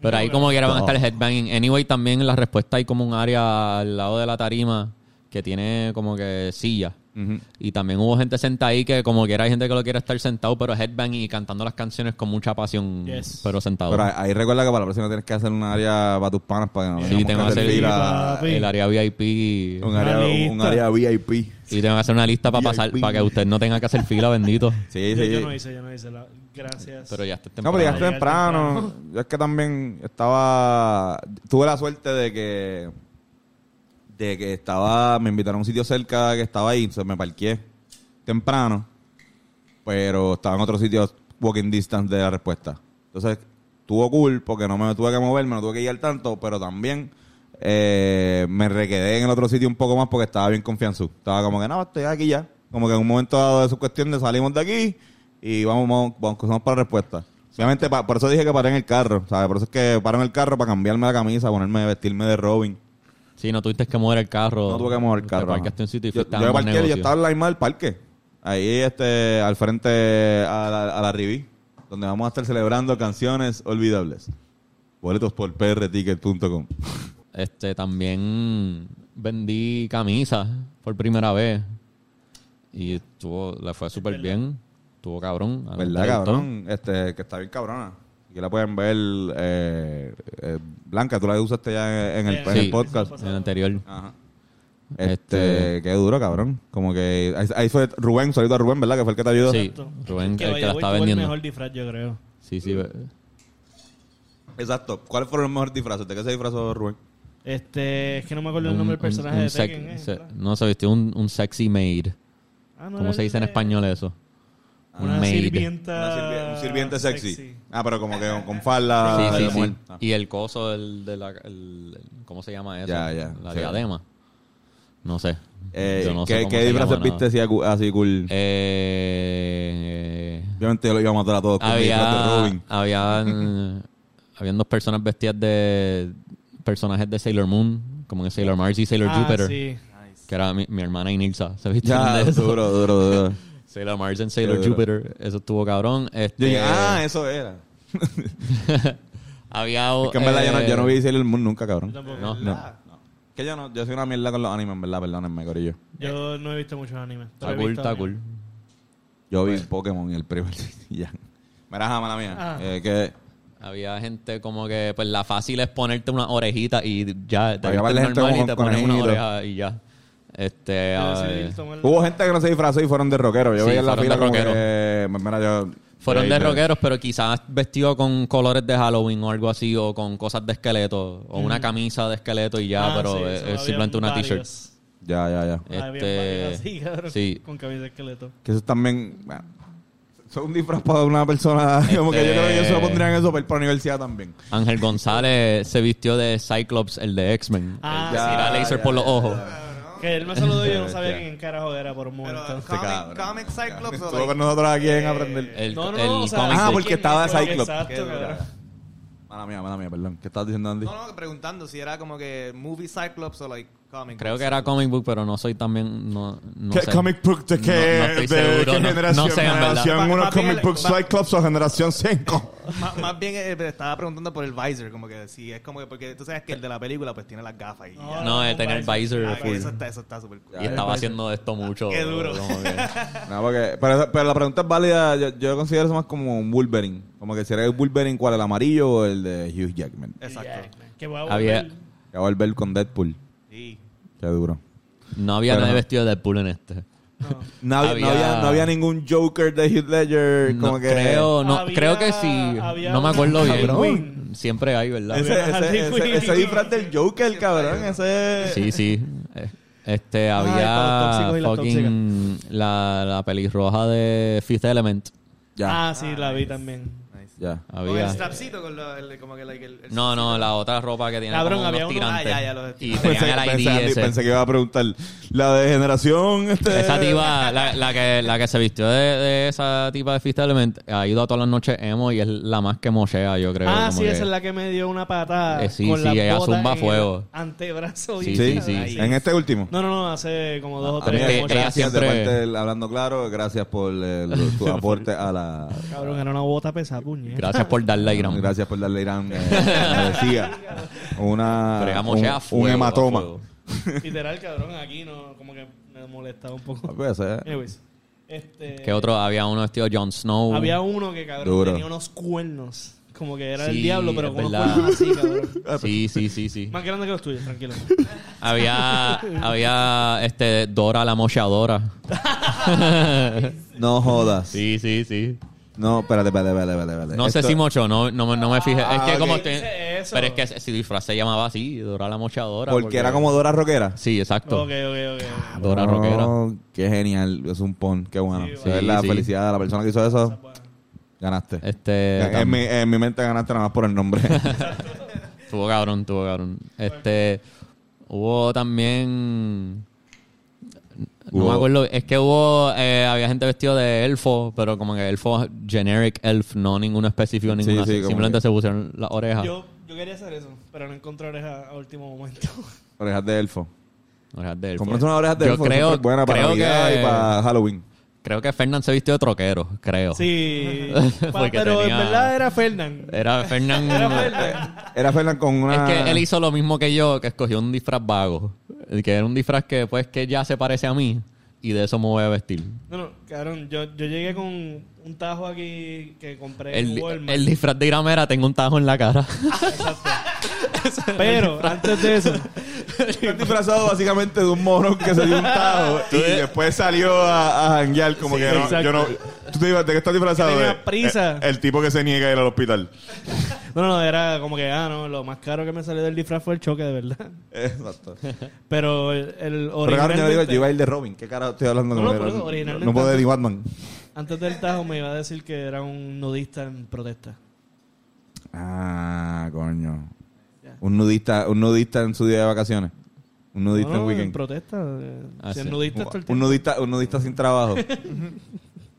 Pero ahí como quiera van a estar headbanging. Anyway, también en la respuesta hay como un área al lado de la tarima que tiene como que silla. Ujú. Y también hubo gente sentada ahí que como quiera hay gente que lo quiere estar sentado, pero headbanging y cantando las canciones con mucha pasión, Yes. pero sentado. pero ahí, ahí recuerda que para la próxima tienes que hacer un área para tus panas para que no Sí, tengamos te que van a hacer fila, ahí- el área VIP y un área Una un área VIP sí te van a hacer una lista para pasar, VIP. para que usted no tenga que hacer fila, bendito. sí yo, yo no hice, yo no hice. la- gracias. Pero ya está no, pero llegaste Este temprano. Llegar temprano. Yo es que también estaba. Tuve la suerte de que. De que estaba. Me invitaron a un sitio cerca que estaba ahí. Entonces me parqué temprano. Pero estaba en otro sitio walking distance de la respuesta. Entonces tuvo cool porque no me tuve que moverme, no tuve que guiar tanto. Pero también eh, me requedé en el otro sitio un poco más porque estaba bien confianzú. Estaba como que no, estoy aquí ya. Como que en un momento dado de su cuestión de salimos de aquí y vamos, vamos, vamos, vamos para la respuesta. Obviamente, pa- por eso dije que paré en el carro, ¿sabes? Por eso es que paro en el carro para cambiarme la camisa, ponerme, vestirme de Robin. Sí, no tuviste que mover el carro. No tuve que mover el Te carro. ajá. parqueaste en un sitio y yo, fuiste a yo me ambos parqué, yo negocios. estaba en la misma del parque. Ahí, este, al frente a la, a la Rivi, donde vamos a estar celebrando canciones olvidables. Boletos por prticket.com. Este, también vendí camisas por primera vez. Y estuvo, le fue súper bien. Estuvo cabrón. A la gente ¿Verdad, le gustó. cabrón? Este, que está bien cabrona. Que la pueden ver, eh, eh, Blanca, tú la usaste ya en, en el, Sí. en el Sí. podcast. En el anterior. Ajá. Este, qué duro, cabrón. Como que ahí, ahí fue Rubén, saludo a Rubén, ¿verdad? Que fue el que te ayudó. Sí, Rubén, el que la voy, está tuvo vendiendo. el mejor disfraz, yo creo. Sí, sí. ve- Exacto. ¿Cuáles fueron los mejores disfraces? ¿De qué se disfrazó Rubén? Este, es que no me acuerdo un- el nombre un- del personaje un de sec- Tekken. ¿eh? se- no se vistió un, un sexy maid. Ah, no, ¿Cómo era se dice en el de- español eso? Un Una maid. Una sirvienta. sirvi- un sirviente sexy. Ah, pero como que con, con falda. sí, de sí, mujer. sí. Ah. Y el coso del, de la... el- ¿Cómo se llama eso? Ya, ya, La sí. diadema. No sé. Eh, Yo no sé ¿Qué, cómo qué se disfraces llama nada. viste así, acu- así cool? Eh, eh, Obviamente lo iba a matar a todos con el disfraz de había, Robin. había habían dos personas vestidas de personajes de Sailor Moon, como en Sailor Mars y Sailor Ah, Jupiter, sí. que era mi, mi hermana y Nilsa, se vistieron Ya, de eso. duro, duro, duro. Sailor Mars en Sailor Qué duro. Jupiter, eso estuvo cabrón. Este, Yo dije, ah, eso era. había Es que en verdad yo, no, yo no vi Sailor Moon nunca, cabrón. Yo tampoco. eh, no. No. Que yo no, yo soy una mierda con los animes, en verdad, perdónenme, corillo. Yo no he visto muchos animes. Está pero he cool, visto está animes. cool. Yo vi Pokémon y el primer y ya. Mira, jamás la mía. Ah. Eh, que Había gente como que, pues la fácil es ponerte una orejita y ya. Te Había vistes varias gente normal como y te con pones una conejitos. oreja y ya. Este, Yo a decidí ver. tomar- hubo gente que no se disfrazó y fueron de rockero. Yo Sí, veía en la fueron fila de como rockero. que. pues, Mira, yo. Fueron de eh, rockeros, pero quizás vestido con colores de Halloween o algo así, o con cosas de esqueleto, o una camisa de esqueleto y ya, Ah, pero sí, es, eso es había simplemente una t-shirt. varios. Ya, ya, ya. Había Este, varios así, cabrón, sí. Con cabeza de esqueleto. Que eso también. Bueno, son un disfraz para una persona. Como que yo creo que ellos se lo pondrían eso para ir para la universidad también. Ángel González se vistió de Cyclops, el de X-Men. Ah, El que sí. tira laser por los ojos. Que él me saludó y yo no sabía Ya. quién carajo era por un momento. Este cabrón. Comic, Comic Cyclops o Estuvo like- eh, con nosotros aquí en aprender. El, No, no, el no, o sea, cómic Ah, de- porque estaba de ¿quién es? Cyclops. Exacto, Qué duro. cabrón. Mala mía, mala mía, perdón. ¿Qué estás diciendo, Andy? eh. No, no, preguntando si era como que movie Cyclops o like comic. Creo que era comic book, pero no soy también. No, no ¿Qué sé. comic book de qué, No- no estoy de seguro, qué no- generación? no sé, en verdad. ¿Generación Pa- 1 papi, Comic el- Book pa- Cyclops o Generación 5? Má- más bien eh, estaba preguntando por el visor, como que si es como que porque tú sabes que el de la película pues tiene las gafas y ya. No, No, de tener visor. Ah, que Oh, full. eso está eso está super cool. Y estaba haciendo esto mucho. Qué duro. como que- No, porque, pero, pero la pregunta es válida. Yo, yo considero eso más como un Wolverine. Como que si era el Wolverine, ¿cuál? ¿El amarillo o el de Hugh Jackman? Exacto. Que voy a Había- volver. Ya va a volver con Deadpool. Sí. Qué duro. no había Pero nadie no. vestido de Deadpool en este. No había, no, Había- había, no había ningún Joker de Hugh Ledger. No, Como que. creo, no, Había- creo que sí. había No me un acuerdo bien. Halloween. Siempre hay, ¿verdad? Ese, ese- Harley ese- Quinn. ese disfraz del Joker, cabrón. Ese. Sí, sí. Eh, Este, para los había tóxicos y las fucking la, la pelirroja de Fifth Element. Ya. Ah, sí, la vi también. Nice. Ya. Con el Había. strapcito con lo- el- como que like, el, el No, no, la otra ropa que tiene Cabrón, como había unos uno- tirantes. Ah, ya, ya, los de- y Pensé, tenían el pensé, ID Andy, ese. pensé que iba a preguntar. La de generación. Este... Esa tipa, la, la que, la que se vistió de, de esa tipa de Fifth Element, ha ido a todas las noches emo y es la más que mochea, yo creo. Ah, como sí, que- esa es la que me dio una patada. Eh, sí, con sí, la ella bota zumba en el fuego. Antebrazo. y- Sí, Sí, sí, sí. Ah, En este último. No, no, no, hace como dos o pero tres. es que como ella ya. Gracias de siempre- parte del Hablando Claro, gracias por eh, lo- tu aporte a la... Cabrón, era una bota pesada, puñeta. Gracias por darle like, Irán. Gracias por darle, Irán, eh, agradecida. Pero ella Una, un, mochea a fuego, un a hematoma. fuego. Literal, cabrón, aquí no, como que me molestaba un poco. Papi, ese es- Anyways, este, Que otro, había uno vestido de Jon Snow. Había uno que, cabrón, Duro. tenía unos cuernos. Como que era Sí, el diablo, pero es con unos verdad. cuernos así, cabrón. Ah, pues Sí, sí, sí, sí. Más grande que los tuyos, tranquilo. Había, había este, Dora la mochadora. No jodas. Sí, sí, sí. No, espérate, espérate, espérate, espérate, espérate. No sé Esto- Ah, si mocho, no, no, me- no me fijé. es que ok. como estoy- ¿Quién dice eso? Pero es que si disfraz se llamaba así, Dora la mochadora. Porque era como Dora Roquera. Sí, exacto. Ok, ok, ok. Dora No, rockera. Qué genial, es un pon, qué bueno. Sí, Si es sí, la sí. felicidad de la persona que hizo eso, Bueno, ganaste. Este. en, en mi, en mi mente ganaste nada más por el nombre. Tuvo cabrón, tuvo cabrón. Este. Hubo también. No Hubo- me acuerdo. Es que hubo. eh, había gente vestida de elfo, pero como que elfo, generic elf, no ninguno específico, ninguno. sí, así. como Simplemente que- se pusieron las orejas. Yo, yo quería hacer eso, pero no encontré oreja a último momento. orejas de elfo. Orejas de elfo. Comprate unas orejas de pues. Yo elfo. son creo, súper buenas para creo Navidad que. y para Halloween. Creo que Fernán se vistió de troquero, creo. Sí. Porque pero en tenía- Eh, verdad era Fernán. Era Fernán. Era Fernán. Era Fernan con Es una... que él hizo lo mismo que yo, que escogió un disfraz vago. Que era un disfraz que después que ya se parece a mí y de eso me voy a vestir. No, no, cabrón, yo, yo llegué con un tajo aquí que compré en El, Walmart. el disfraz de Iramera tengo un tajo en la cara. Pero antes de eso, Están disfrazados básicamente de un mono que se dio un tajo y después salió a, a janguear como Sí, que no, exacto. yo no... ¿Tú te ibas de qué estás disfrazado? Tenía De- prisa. El, el tipo que se niega a ir al hospital. no, no, era como que, ah, no, lo más caro que me salió del disfraz fue el choque, de verdad. Exacto. Pero el, el Pero claro, yo, digo, originalmente, yo iba a ir de Robin. ¿Qué carajo estoy hablando? No, No, no, por eso, no, originalmente- no puedo ir de Batman. antes del Tajo me iba a decir que era un nudista en protesta. Ah, coño. Un nudista, un nudista en su día de vacaciones. Un nudista No, no, en En weekend. protesta. eh, Ah, si sí. es nudista es todo el un tiempo. nudista, un nudista sin trabajo.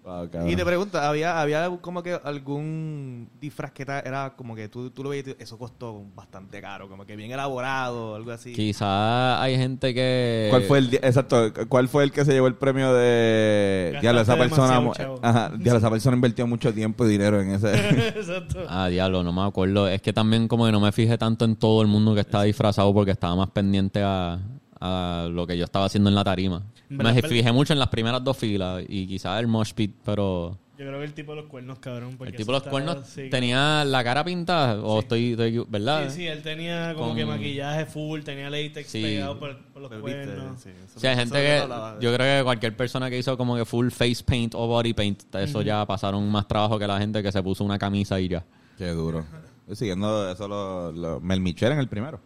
Wow, cabrón. Y te pregunto, ¿había, había como que algún disfraz que ta- era como que tú, tú lo veías y tú, eso costó bastante caro, como que bien elaborado, algo así? Quizás hay gente que. ¿Cuál fue Eh, el di- exacto? ¿Cuál fue el que se llevó el premio de Gastaste Diablo, esa persona, demasiado, chavo. ajá, diablo, esa persona invirtió mucho tiempo y dinero en ese. Exacto. Ah, diablo, no me acuerdo. Es que también como que no me fijé tanto en todo el mundo que estaba disfrazado porque estaba más pendiente a, a lo que yo estaba haciendo en la tarima. ¿Verdad? Me fijé mucho en las primeras dos filas y quizás el mosh pit, pero Yo creo que el tipo de los cuernos, cabrón. porque el tipo de los eso cuernos está- sí. tenía la cara pintada o estoy, estoy- ¿verdad? Sí, sí, él tenía como Con- que maquillaje full, tenía latex Sí. pegado por, por los Pero viste, cuernos. sí, eso- O sea, hay eso gente es lo que. hablaba de- Yo creo que cualquier persona que hizo como que full face paint o body paint, eso ya pasaron más trabajo que la gente que se puso una camisa y ya. Qué duro. Estoy siguiendo eso lo, lo- Mel Michel en el primero.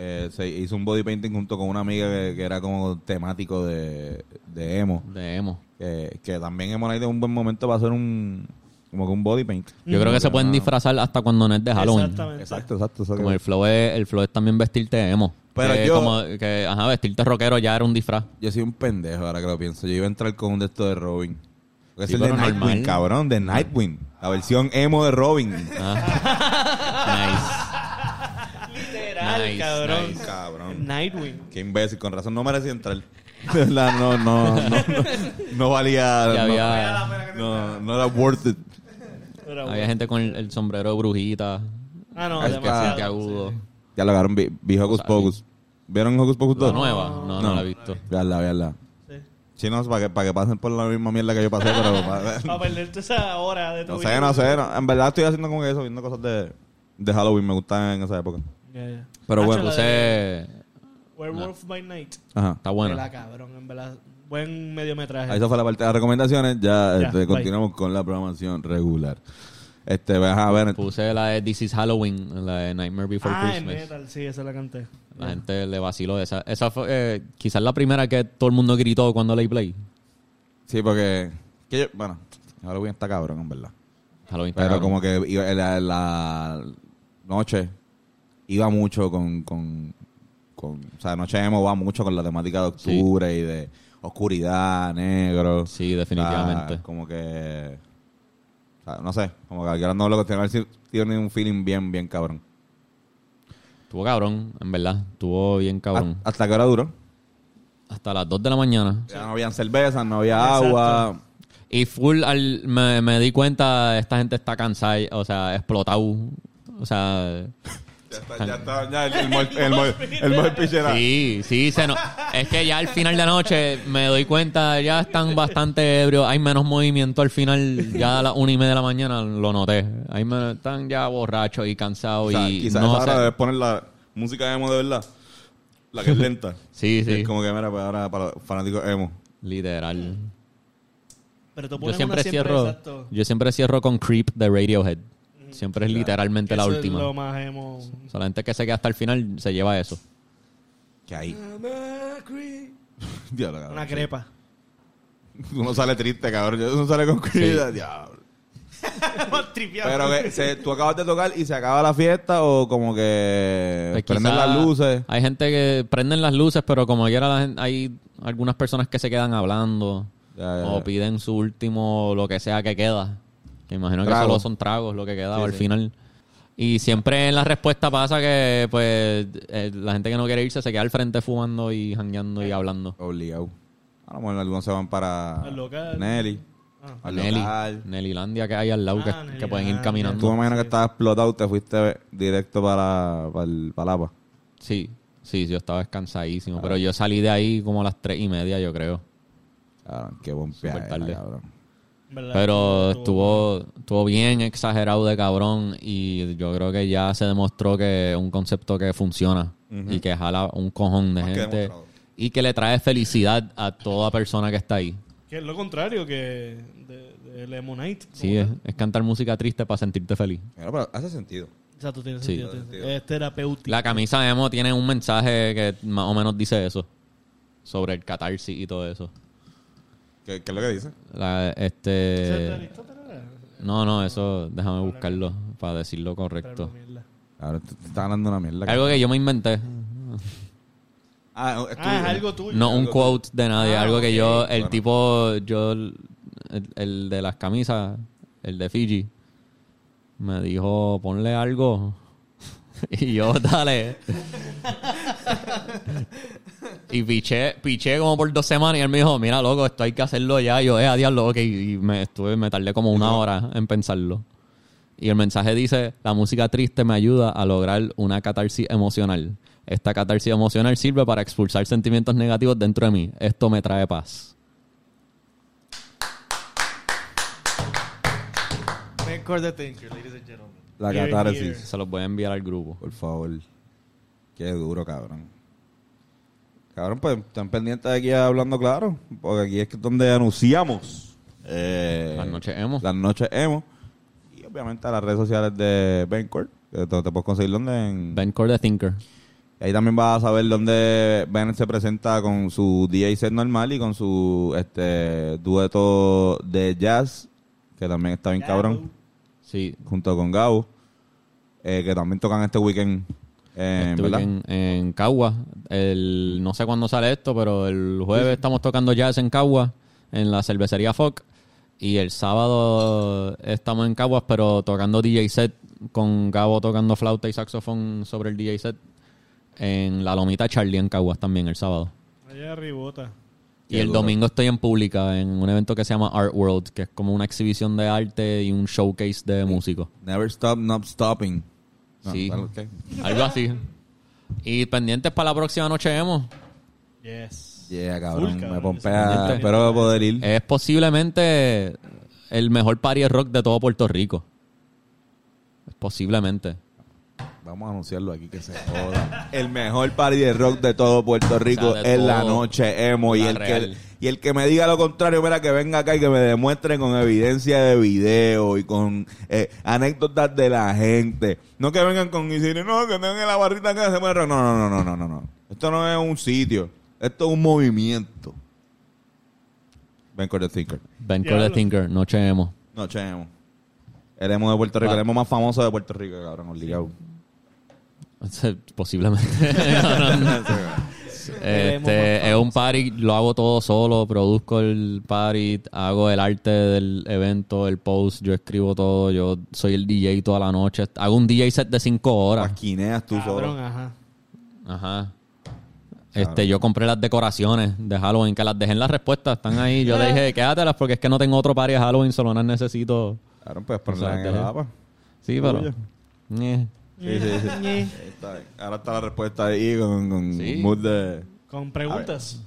Eh, se hizo un body painting junto con una amiga que, que era como temático de, de emo. De emo. Eh, que también emo Night es un buen momento para hacer un como que un body paint. Yo creo que se pueden no. disfrazar hasta cuando no es de Halloween. Mm. Ah. Exactamente. Exacto, exacto. eso Como que- el flow es, el flow es también vestirte de emo. Pero Que yo- como que, ajá, vestirte rockero ya era un disfraz. Yo soy un pendejo ahora que lo pienso. Yo iba a entrar con un de estos de Robin. Porque Sí, es el de pero Nightwing, normal. cabrón, de Nightwing. La versión emo de Robin. Ah. Literal, Nice, cabrón. nice. Cabrón. Nightwing. Qué imbécil, con razón no merecía entrar. De verdad, no, no, no, no, no valía. Y no, había, no, no era worth it. Pero había bueno. gente con el, el sombrero de brujita. Ah, no, Ahí está. demasiado. agudo. Ya lo agarraron, vi, vi Hocus Pocus. ¿Vieron Hocus Pocus 2? La nueva. No, no, No. la he visto. Veanla, veanla. Sí. sí. Chinos, para que, pa' que pasen por la misma mierda que yo pasé, pero. pa- Para perderte esa hora de tu no vida. sé, no sé. no. En verdad estoy haciendo como que eso, viendo cosas de, de Halloween. Me gustan en esa época. Ya, ya. Pero Hacho, bueno, la Puse- de eh, Werewolf by Night. Ajá. Está bueno. Vela, cabrón, en verdad. Buen mediometraje. Ahí Esa fue la parte de las recomendaciones. Ya, Ya, este, bye. continuamos con la programación regular. Este, a ver. Puse la de This is Halloween, la de Nightmare Before ah, en Christmas. metal, sí, esa la canté. La gente le vaciló esa. Esa fue eh, quizás la primera que todo el mundo gritó cuando leí play. Sí, porque. que yo- bueno, Halloween está cabrón, en verdad. Halloween está Pero cabrón. como que iba- la, la noche iba mucho con, con, con- O sea, Noche Emo va mucho con la temática de Sí. octubre y de oscuridad, negro. Sí, O definitivamente. sea, como que. o sea, no sé, como que al no lo que tiene un feeling bien, bien cabrón. Estuvo cabrón, en verdad. Estuvo bien cabrón. ¿Hasta qué hora duró? Hasta las 2 de la mañana. Ya no habían cervezas, no había Exacto. agua. Y full, al- me, me di cuenta, esta gente está cansada, o sea, explotado. O sea, Ya está, ya está, ya el, el, mol- el, mol- el mol pitch era- sí, sí, se no, es que ya al final de la noche me doy cuenta, ya están bastante ebrios, hay menos movimiento al final, ya a las una y media de la mañana lo noté. Ahí me- están ya borrachos y cansados O sea, y quizás no ahora sé. debes poner la música emo de verdad. La que es lenta. Sí, Que sí, Es como que, mira, pues ahora para los fanáticos emo. literal. Pero tú Yo pones siempre una siempre, cierro, exacto. Mm. yo siempre cierro con Creep de Radiohead. Siempre es literalmente la Eso última. Es lo más emo. O sea, la gente que se queda hasta el final se lleva eso. Eh, Que ahí. Diablo, cabrón. Una crepa. Uno sale triste, cabrón. Uno sale con cuidado. Diablo. Más tripeado. Pero que se- tú acabas de tocar y se acaba la fiesta o como que Pues prenden quizá las luces. Hay gente que prenden las luces, pero como quiera la gen- hay algunas personas que se quedan hablando Ya, ya, o ya. piden su último, lo que sea que queda. Que imagino Trago. que solo son tragos lo que quedaba Sí, al sí. final. Y siempre en la respuesta pasa que pues eh, la gente que no quiere irse se queda al frente fumando y jangueando Eh. y hablando. Obligado. A lo mejor algunos se van para Al local. Nelly. Ah. Al Nelly, local. Nellylandia que hay al lado que- Ah, que, pueden ir Nellylandia. caminando. Tú me imagino que estabas explotado, te fuiste directo para, para el Palapa. Sí, sí, yo estaba descansadísimo, Ah. pero yo salí de ahí como a las tres y media, yo creo. Cabrón, qué buen Súper viaje, tarde. cabrón. ¿verdad? Pero estuvo, estuvo bien exagerado de cabrón y yo creo que ya se demostró que es un concepto que funciona y que jala un cojón de Más que gente demostrado. y que le trae felicidad a toda persona que está ahí. Que es lo contrario que de, de Lemonade. como Sí, es, tal. es cantar música triste para sentirte feliz. Mira, pero hace sentido. Exacto, tiene Sí. sentido. tiene sentido. Es terapéutico. La camisa de emo tiene un mensaje que más o menos dice eso, sobre el catarsis y todo eso. ¿Qué, qué es lo que dice? La- ¿Ese es de este, Aristóteles? no, no, eso déjame buscarlo para decirlo correcto. Pero mierda. Ahora te, te está hablando una mierda. Algo que yo me inventé. Ah, es Ah, es tuyo. algo tuyo. No, un algo quote de nadie. Ah, algo que ok. yo, el Bueno. tipo, yo, el, el de las camisas, el de Fiji, me dijo, ponle algo. Y yo, dale. y piché, piché como por dos semanas y él me dijo, mira, loco, esto hay que hacerlo ya. Y yo, eh, a diablo, ok. Y me, estuve, me tardé como una hora en pensarlo. Y el mensaje dice, la música triste me ayuda a lograr una catarsis emocional. Esta catarsis emocional sirve para expulsar sentimientos negativos dentro de mí. Esto me trae paz. Record the thinker, ladies and gentlemen. La Here, catarsis. Se los voy a enviar al grupo. Por favor. Qué duro, cabrón. Cabrón, pues están pendientes de aquí a hablando claro. Porque aquí es que donde anunciamos eh, Las noches emo. Las noches emo. Y obviamente a las redes sociales de Bencourt. que Te, te puedes conseguir donde en. Ben Core the Thinker. Ahí también vas a saber dónde Ben se presenta con su DJ set normal y con su este dueto de jazz, que también está bien cabrón, Sí. junto con Gabo, eh, que también tocan este weekend. eh, Estuve ¿verdad? en, en Cagua. El, no sé cuándo sale esto, pero el jueves estamos tocando jazz en Cagua, en la cervecería Fox. Y el sábado estamos en Caguas, pero tocando DJ set, con Gabo tocando flauta y saxofón sobre el DJ set, en la lomita Charlie en Caguas también el sábado. Allá arribota. Y Qué el duro. domingo estoy en Pública, en un evento que se llama Art World, que es como una exhibición de arte y un showcase de músicos. Never stop, not stopping. Ah, No, Sí. claro, ok. Algo así. Y pendientes para la próxima noche, Emo. Yes. Yeah, cabrón, Full, me cabrón, pompea. sí. Espero poder ir. Es posiblemente el mejor party de rock de todo Puerto Rico. Posiblemente. Vamos a anunciarlo aquí que se joda. El mejor party de rock de todo Puerto Rico O sea, de es la todo. noche emo. Y La el, que, real. y el que me diga lo contrario, mira que venga acá y que me demuestre con evidencia de video y con eh, anécdotas de la gente. No que vengan con y decir, no, que tengan la barrita acá se muere. No, no, no, no, no, no, no. Esto no es un sitio. Esto es un movimiento. Ven con el thinker. Ben Diablo. Core the Thinker, noche Emo. Noche emo. El emo de Puerto Rico, Va. el emo más famoso de Puerto Rico, cabrón, obligado. Posiblemente. No, no, no. Este, es un party, lo hago todo solo, produzco el party, hago el arte del evento, el post, yo escribo todo, yo soy el DJ toda la noche, hago un DJ set de 5 horas. Paquineas tú solo. Cabrón, ajá. Ajá. Este, yo compré las decoraciones de Halloween, que las dejé en las respuestas, están ahí. Yo le dije, quédatelas porque es que no tengo otro party de Halloween, solo las necesito. Claro, pues ponerla Exacto, en el ¿eh? mapa. Sí, pero. Eh. Sí, sí, sí. Ahí está. Ahora está la respuesta ahí con, con Sí. mood de... Con preguntas.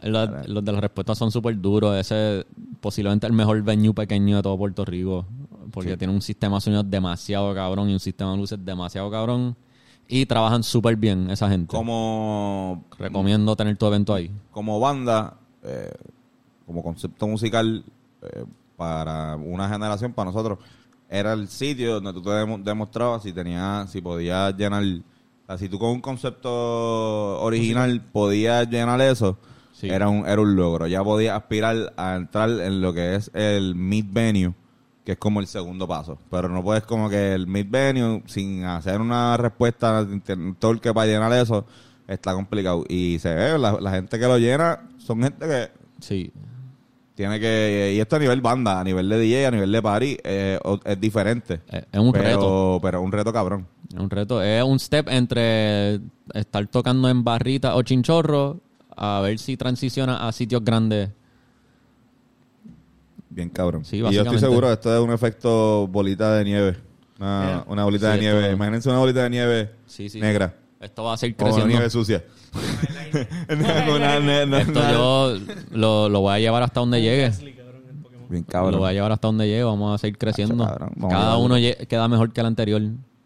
Los, los de las respuestas son súper duros. Ese es posiblemente el mejor venue pequeño de todo Puerto Rico. Porque tiene un sistema de sonido demasiado cabrón y un sistema de luces demasiado cabrón. Y trabajan súper bien esa gente. Como, Recomiendo tener tu evento ahí. como banda, eh, como concepto musical eh, para una generación, para nosotros, era el sitio donde tú te demo- demostrabas si tenías, si podías llenar... o sea, si tú con un concepto original podías llenar eso, Sí. era, un, era un logro. Ya podías aspirar a entrar en lo que es el mid-venue, que es como el segundo paso. Pero no puedes como que el mid-venue, sin hacer una respuesta todo que para llenar eso, está complicado. Y se ve, la, la gente que lo llena son gente que Sí. tiene que... Y esto a nivel banda, a nivel de DJ, a nivel de party, eh, o- es diferente. Es e, es un pero, reto. Pero es un reto cabrón. Es un reto. Es un step entre estar tocando en barrita o chinchorro a ver si transiciona a sitios grandes. Bien cabrón. Sí, y yo estoy básicamente. seguro, esto es un efecto bolita de nieve. Una, Yeah. una bolita Sí, de nieve. esto- Imagínense una bolita de nieve Sí, sí. negra. Esto va a seguir Como creciendo. nieve sucia. no, no, no, no, no, Esto no. yo lo, lo voy a llevar hasta donde llegue. Gasly, cabrón, el Pokémon. Bien Lo voy a cabrón. llevar hasta donde llegue. Vamos a seguir creciendo. Hacho, cabrón, vamos a Cada llevarlo. uno lle- queda mejor que el anterior.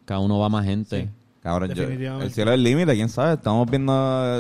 Cada uno va más gente. Cabrón, yo- Definitivamente. el cielo es el límite, quién sabe. Estamos viendo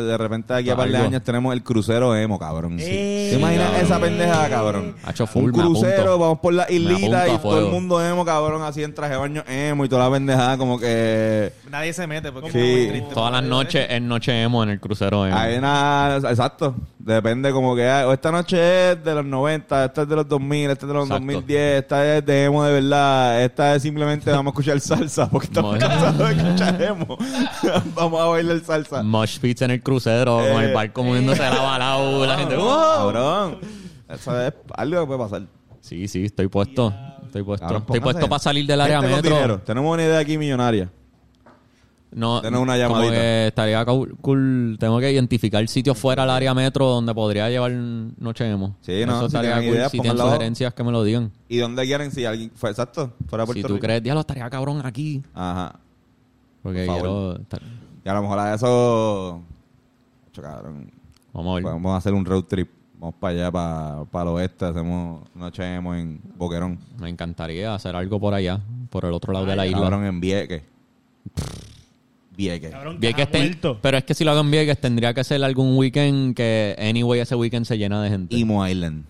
de repente aquí a par de Algo. años tenemos el crucero emo, cabrón. Sí. Eh, ¿Te imaginas cabrón. esa pendejada, cabrón? Hacho full, Un me apunto. crucero, vamos por la apunto islita a y todo el fuego. mundo emo, cabrón, así en traje de baño emo y toda la pendejada, como que. Nadie se mete porque Sí. es muy triste. Todas las noches es noche emo en el crucero emo. Hay una- exacto. Depende como que hay- o esta noche es de los 90, esta es de los 2000, esta es de los Exacto. 2010, esta es de emo de verdad, esta es simplemente vamos a escuchar salsa porque estamos Bueno. cansados de escuchar emo. vamos a bailar salsa. Mosh pits en el crucero, con Eh. el barco moviéndose de lado a lado. La gente, ¡wow! Cabrón. Eso es algo que puede pasar. Sí, sí, estoy puesto. Estoy puesto. Cabrón, estoy pónganse. puesto para salir del área Gente con dinero. metro. Tenemos una idea aquí millonaria. No, Denos una como llamadita. que estaría cool, cool. Tengo que identificar sitios fuera del área metro donde podría llevar noche emo. Sí, no, si Eso estaría tienen cool. ideas, si tienen pónganlo. sugerencias, que me lo digan. ¿Y dónde quieren? Si alguien fue exacto, fuera de Si Puerto tú Rico. crees, diablo, estaría cabrón aquí. Ajá. Porque Por favor. quiero. estar- Y a lo mejor a eso.Cho, cabrón. Vamos a ver. Pues Vamos a hacer un road trip. Vamos para allá, para, para el oeste. Hacemos noche emo en Boquerón. Me encantaría hacer algo por allá, por el otro lado de la isla. Cabrón en Vieques. Vieques. Cabrón, Vieques ha ten- vuelto. Pero es que si lo hago en Vieques tendría que ser algún weekend que, anyway, ese weekend se llena de gente. Imo Island.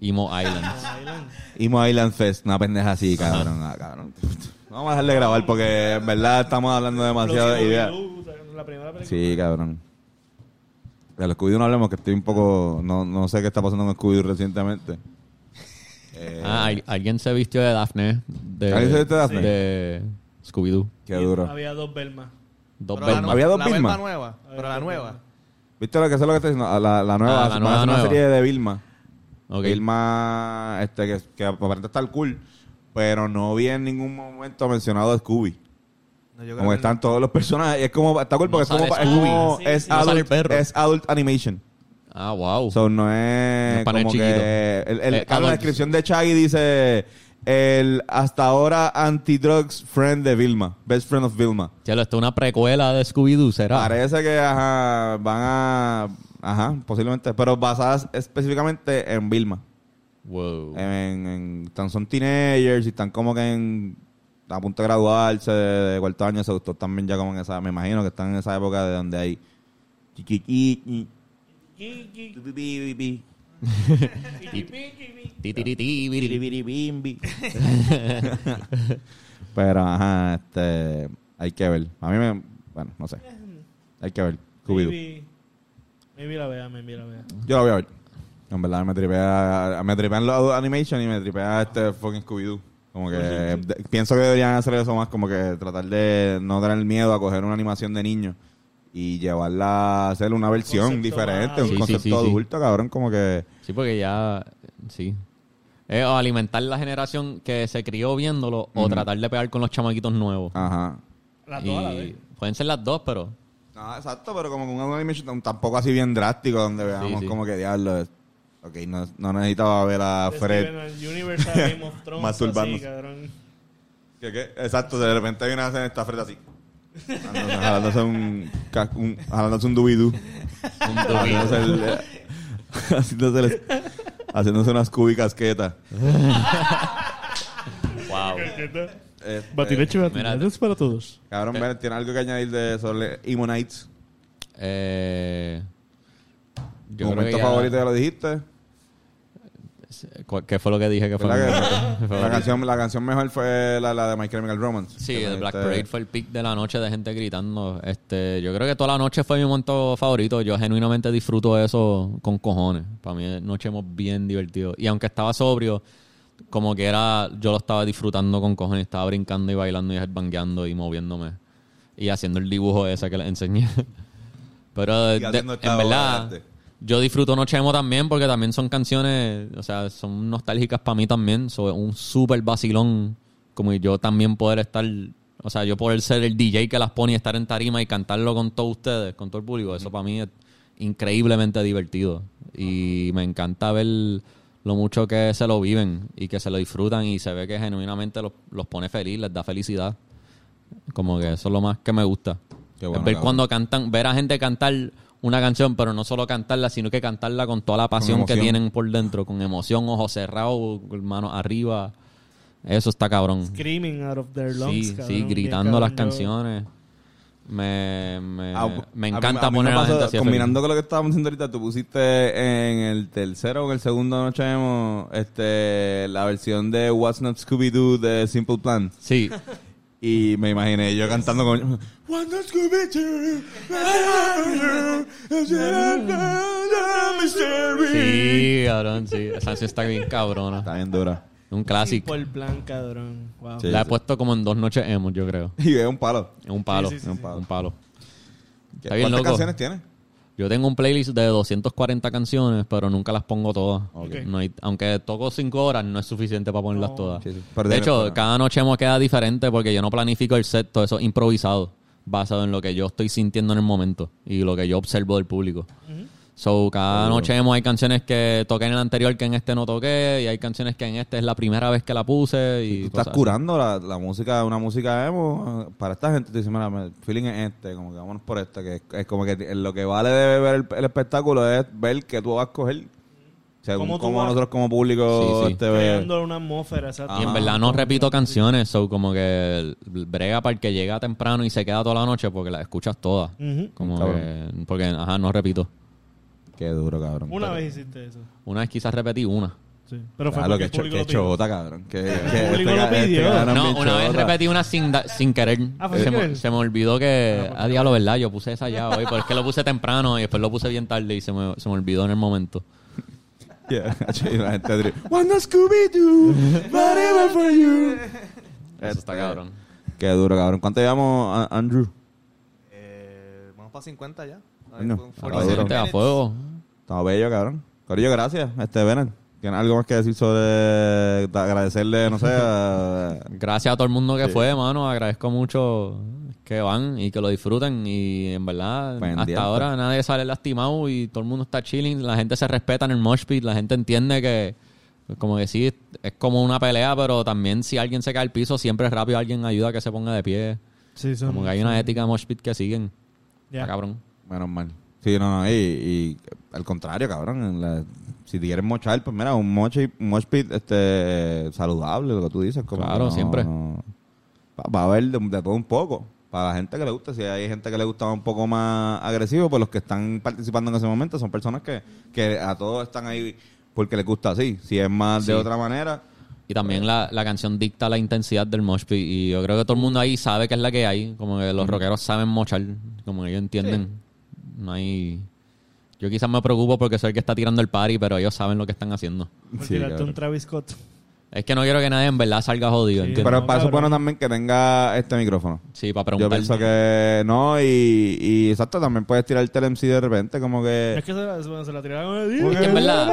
Imo Island. Island. Imo Island Fest. Una pendeja así, cabrón. Ah, cabrón. Vamos a dejar de grabar porque en verdad estamos hablando demasiado de Explosivo ideas. Blue, sacando la primera película. Sí, cabrón. De los Scooby-Doo no hablemos, que estoy un poco... No, no sé qué está pasando con Scooby-Doo recientemente. Eh, Ah, al- alguien se vistió de Daphne. De, ¿Alguien se vistió de Daphne? de Scooby-Doo. qué duro. Había dos Belmas. Dos Pero Velma. la nu- Había dos la Vilma. Velma nueva, pero la nueva. ¿Viste lo que sé lo que está diciendo? Ah, La, la nueva, Ah, la van a nueva, hacer una nueva. serie de Vilma. Ok. Vilma, este, que, que aparenta estar cool, pero no vi en ningún momento mencionado a Scooby. No, yo creo Como que- están todos los personajes. Es como... Está cool No porque es como... sale es como- Scooby. es Sí, sí. No sale adult- el perro. es adult animation. Ah, wow. So, no es es para el como chiquito. que... El, el- Eh, claro, la adult. descripción de Chaggy dice... El hasta ahora anti-drugs friend de Vilma. Best friend of Vilma. Chelo, esto es una precuela de Scooby-Doo, ¿será? Parece que ajá, van a... Ajá, posiblemente. Pero basadas específicamente en Vilma. Wow. En, en- están, son teenagers y están como que en... A punto de graduarse de, de cuarto año. Se gustó también ya como en esa... Me imagino que están en esa época de donde hay... chiquiqui, Kiki, pi, pi, pi, pi. Kiki, Kiki. Ti, ti, ti, ti, biri. Biribiribimbi. Pero, ajá, este. Hay que ver. A mí me. Bueno, no sé. Hay que ver. Cubido. Maybe- Maybe la vea, maybe la vea. Yo lo voy a ver. En verdad, me tripea. Me tripean los animation y me tripea este fucking Scooby-Doo. Como que. Oh, de- pienso que deberían hacer eso más, como que tratar de no tener miedo a coger una animación de niño y llevarla a hacer una versión Concepto diferente, más- un Sí, sí, concepto sí, sí. adulto, cabrón, como que. Sí, porque ya. Sí. Eh, o alimentar la generación que se crió viéndolo o tratar de pegar con los chamaquitos nuevos. Ajá. La toda la Y vez. Pueden ser las dos, pero. No, exacto, pero como con un animation tam- tampoco así bien drástico, donde veamos sí. como que diablo. es- Ok, no, no necesitaba ver a De Fred. Steven Universe a Game of Thrones. Masturbarnos. así, cabrón. ¿Qué, qué? Exacto, de repente hay una escena y está Fred así. Jalándose, jalándose un, ca- un. Jalándose un dubidú. Haciéndose el. eh, haciéndose, el- haciéndose unas cúbicas quietas. wow. Este, Batileche, batileches para todos. Cabrón, ven, ¿tiene algo que añadir de sobre Imonites? Eh, ¿Tu yo creo que momento ya- favorito ya lo dijiste? ¿Cu- ¿Qué fue lo que dije que fue? ¿Verdad mi- que- la, canción, la canción mejor fue la, la de My Chemical Romance. Sí, Que el también Black te- Parade fue el pick de la noche de gente gritando. Este, yo creo que toda la noche fue mi momento favorito. Yo genuinamente disfruto eso con cojones. Para mí noche hemos bien divertido. Y aunque estaba sobrio, como que era, yo lo estaba disfrutando con cojones. Estaba brincando y bailando y headbangueando y moviéndome. Y haciendo el dibujo ese que les enseñé. Pero de- haciendo esta en obra de verdad, arte. yo disfruto Noche Emo también porque también son canciones, o sea, son nostálgicas para mí también. So, es un súper vacilón. Como yo también poder estar, o sea, yo poder ser el DJ que las pone y estar en tarima y cantarlo con todos ustedes, con todo el público. Eso para mí es increíblemente divertido. Y me encanta ver lo mucho que se lo viven y que se lo disfrutan y se ve que genuinamente los, los pone feliz, les da felicidad. Como que eso es lo más que me gusta. Qué bueno, Es ver cabrón. cuando cantan, ver a gente cantar una canción, pero no solo cantarla, sino que cantarla con toda la pasión que emoción. tienen por dentro, con emoción, ojos cerrados, manos arriba. Eso está cabrón. Screaming out of their lungs. sí, cabrón, sí, bien gritando las cabrón. Yo- canciones. Me, me, Ah, Eh, me a mí- encanta a mí me poner a la pasó, gente así. a feliz. Combinando con lo que estábamos diciendo ahorita, tú pusiste en el tercero o en el segundo Noche Emo este, la versión de What's Not Scooby-Doo de Simple Plan. Sí, Y me imaginé yo cantando con... What's Not Scooby-Doo? sí, cabrón, sí. Esa canción está bien cabrona. Está bien dura. Un Sí, pues, clásico. Por plan, cabrón. Wow. Sí. La he puesto como en dos noches emo, yo creo. Y es un palo. En un palo. Sí, sí, sí, un sí. palo. Un palo. ¿Qué- Está bien ¿Cuántas loco. canciones tiene? Yo tengo un playlist de 240 canciones, pero nunca las pongo todas. Ok. No hay- aunque toco 5 horas, no es suficiente para ponerlas No. todas. Sí, sí. Pero De tienes hecho, para- cada noche hemos queda diferente porque yo no planifico el set, todo eso es improvisado, basado en lo que yo estoy sintiendo en el momento y lo que yo observo del público. So, cada noche hemos, hay canciones que toqué en el anterior que en este no toqué y hay canciones que en este es la primera vez que la puse y Tú estás cosas así. curando la, la música, una música emo eh, para esta gente. Tú dices, mira, el feeling es este, como que vámonos por esta. Que es, es como que t- lo que vale de ver el, el espectáculo es ver que tú vas a coger. Según ¿Cómo como tú vas? nosotros como público Sí, sí. este, ve- Creando una atmósfera, exacto. Y en verdad Ah, no repito canciones, so como que brega para el que llega temprano y se queda toda la noche porque las escuchas todas. Ujú. Como Cabrón. que- porque, ajá, no repito. Qué duro, cabrón. Una vez hiciste eso. Una vez quizás repetí una. Sí. Pero fue Ah, lo porque que el cho- público que lo pidió. chota, cabrón. Que, que público lo ca- pidió. cabrón No, bien una vez chota. repetí una sin, da- sin querer. Ah, fue se, sin me, querer. pues, se me olvidó que... Ah, diablo, ¿verdad? Yo puse esa ya hoy, pero es que lo puse temprano y después lo puse bien tarde y se me, se me olvidó en el momento. Yeah. Y la gente dri- Wanna Scooby-Doo, whatever for you. Eso está Este, cabrón. Qué duro, cabrón. ¿Cuánto llevamos, a- Andrew? Eh, vamos para 50 ya. A ver, Coño, con está Ah, 47 duro. gente, a minutes. fuego. Estamos bello, cabrón. Corillo, gracias. Este, Benan. ¿Tienen algo más que decir sobre de agradecerle, no sé, a- Gracias a todo el mundo que fue, mano. Agradezco mucho que van y que lo disfruten. Y en verdad, Pendiente. hasta ahora nadie sale lastimado y todo el mundo está chilling. La gente se respeta en el mosh pit. La gente entiende que, como decir, es como una pelea, pero también si alguien se cae al piso, siempre rápido alguien ayuda a que se ponga de pie. Sí, son- Como que hay una ética mosh pit que siguen. Ya. Está cabrón. Menos mal. Sí, no, no. Y, y al contrario, cabrón. en la- si te quieres mochar, pues mira, un mosh, un mosh pit este, saludable, lo que tú dices. Como Claro, que no- siempre. no- va, va a haber de, de todo un poco. Para la gente que le gusta, si hay gente que le gusta un poco más agresivo, pues los que están participando en ese momento son personas que, que a todos están ahí porque les gusta así. Si es más de Sí. otra manera, Y también la, la canción dicta la intensidad del mosh pit. Y yo creo que todo el mundo ahí sabe que es la que hay. Como que los rockeros saben mochar. Como que ellos entienden. No hay... Yo quizás me preocupo porque soy el que está tirando el party, pero ellos saben lo que están haciendo. Por Sí, tirarte cabrón. un Travis Scott. Es que no quiero que nadie en verdad salga jodido, Sí. ¿entiendes? Pero No, para eso es cabrón. bueno también que tenga este micrófono. sí, para Yo preguntar. pienso que no, y, y exacto, también puedes tirar el TLMC de repente, como Es que. que se la, se la- se la tiraron. Es que en verdad...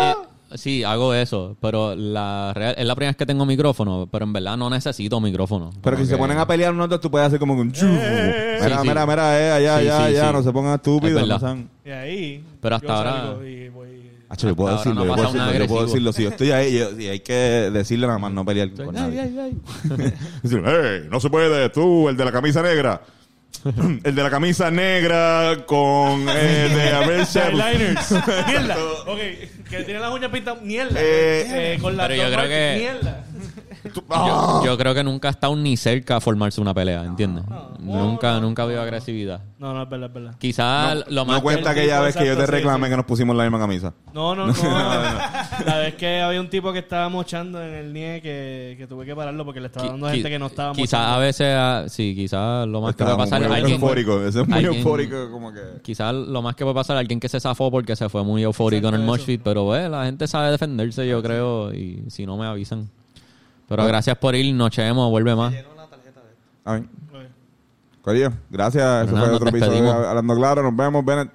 eh, sí, hago eso. Pero la real- es la primera vez que tengo micrófono. Pero en verdad no necesito micrófono. Pero Como que si se que- ponen a pelear unos dos, tú puedes hacer como que un chufu. Mira, Sí, sí. mira, mira, eh, allá, Sí, allá, sí, allá, sí. no se pongan estúpidos. Es no verdad. sean- Y ahí. Pero hasta yo ahora- salgo y voy- Hacho, yo puedo Hasta ahora decirlo, no yo ha puedo pasado decirlo, yo puedo nada agresivo. decirlo. Si yo estoy ahí, yo- y hay que decirle nada más, no pelear con nadie. Decirle, hey, no se puede, tú, el de la camisa negra. el de la camisa negra con el de Abel Shepard. Eyeliners. Mierda. Ok. Que tiene las uñas pintadas. Mierda. Eh, Eh, con la Pero yo creo que- Mierda. Tú- Yo, ¡Ah! yo creo que nunca ha estado ni cerca a formarse una pelea, ¿entiendes? nunca, nunca ha habido agresividad. No, no, es verdad, es verdad. Quizás lo más... No cuenta que el aquella tipo, vez que yo te exacto, sí, reclamé sí. que nos pusimos la misma camisa. No, no, no. la vez que había un tipo que estaba mochando en el NIE que, que tuve que pararlo porque le estaba dando a gente que no estaba Quizás a veces, ah, sí, quizás lo más que puede Estaba pasar muy alguien, eufórico, ese es muy alguien- eufórico, como que. Quizás lo más que puede pasar alguien que se zafó porque se fue muy eufórico Exacto, en el eso. mosh pit, pero eh, la gente sabe defenderse, yo creo, y si no me avisan. Pero gracias por ir, nocheemos, vuelve más. A ver, mochando. Corillo, gracias. Eso Nada, fue nos otro episodio de despedimos. Hablando Claro. Nos vemos, Bennett.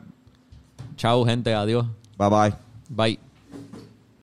Chao, gente, adiós. Bye bye. Bye.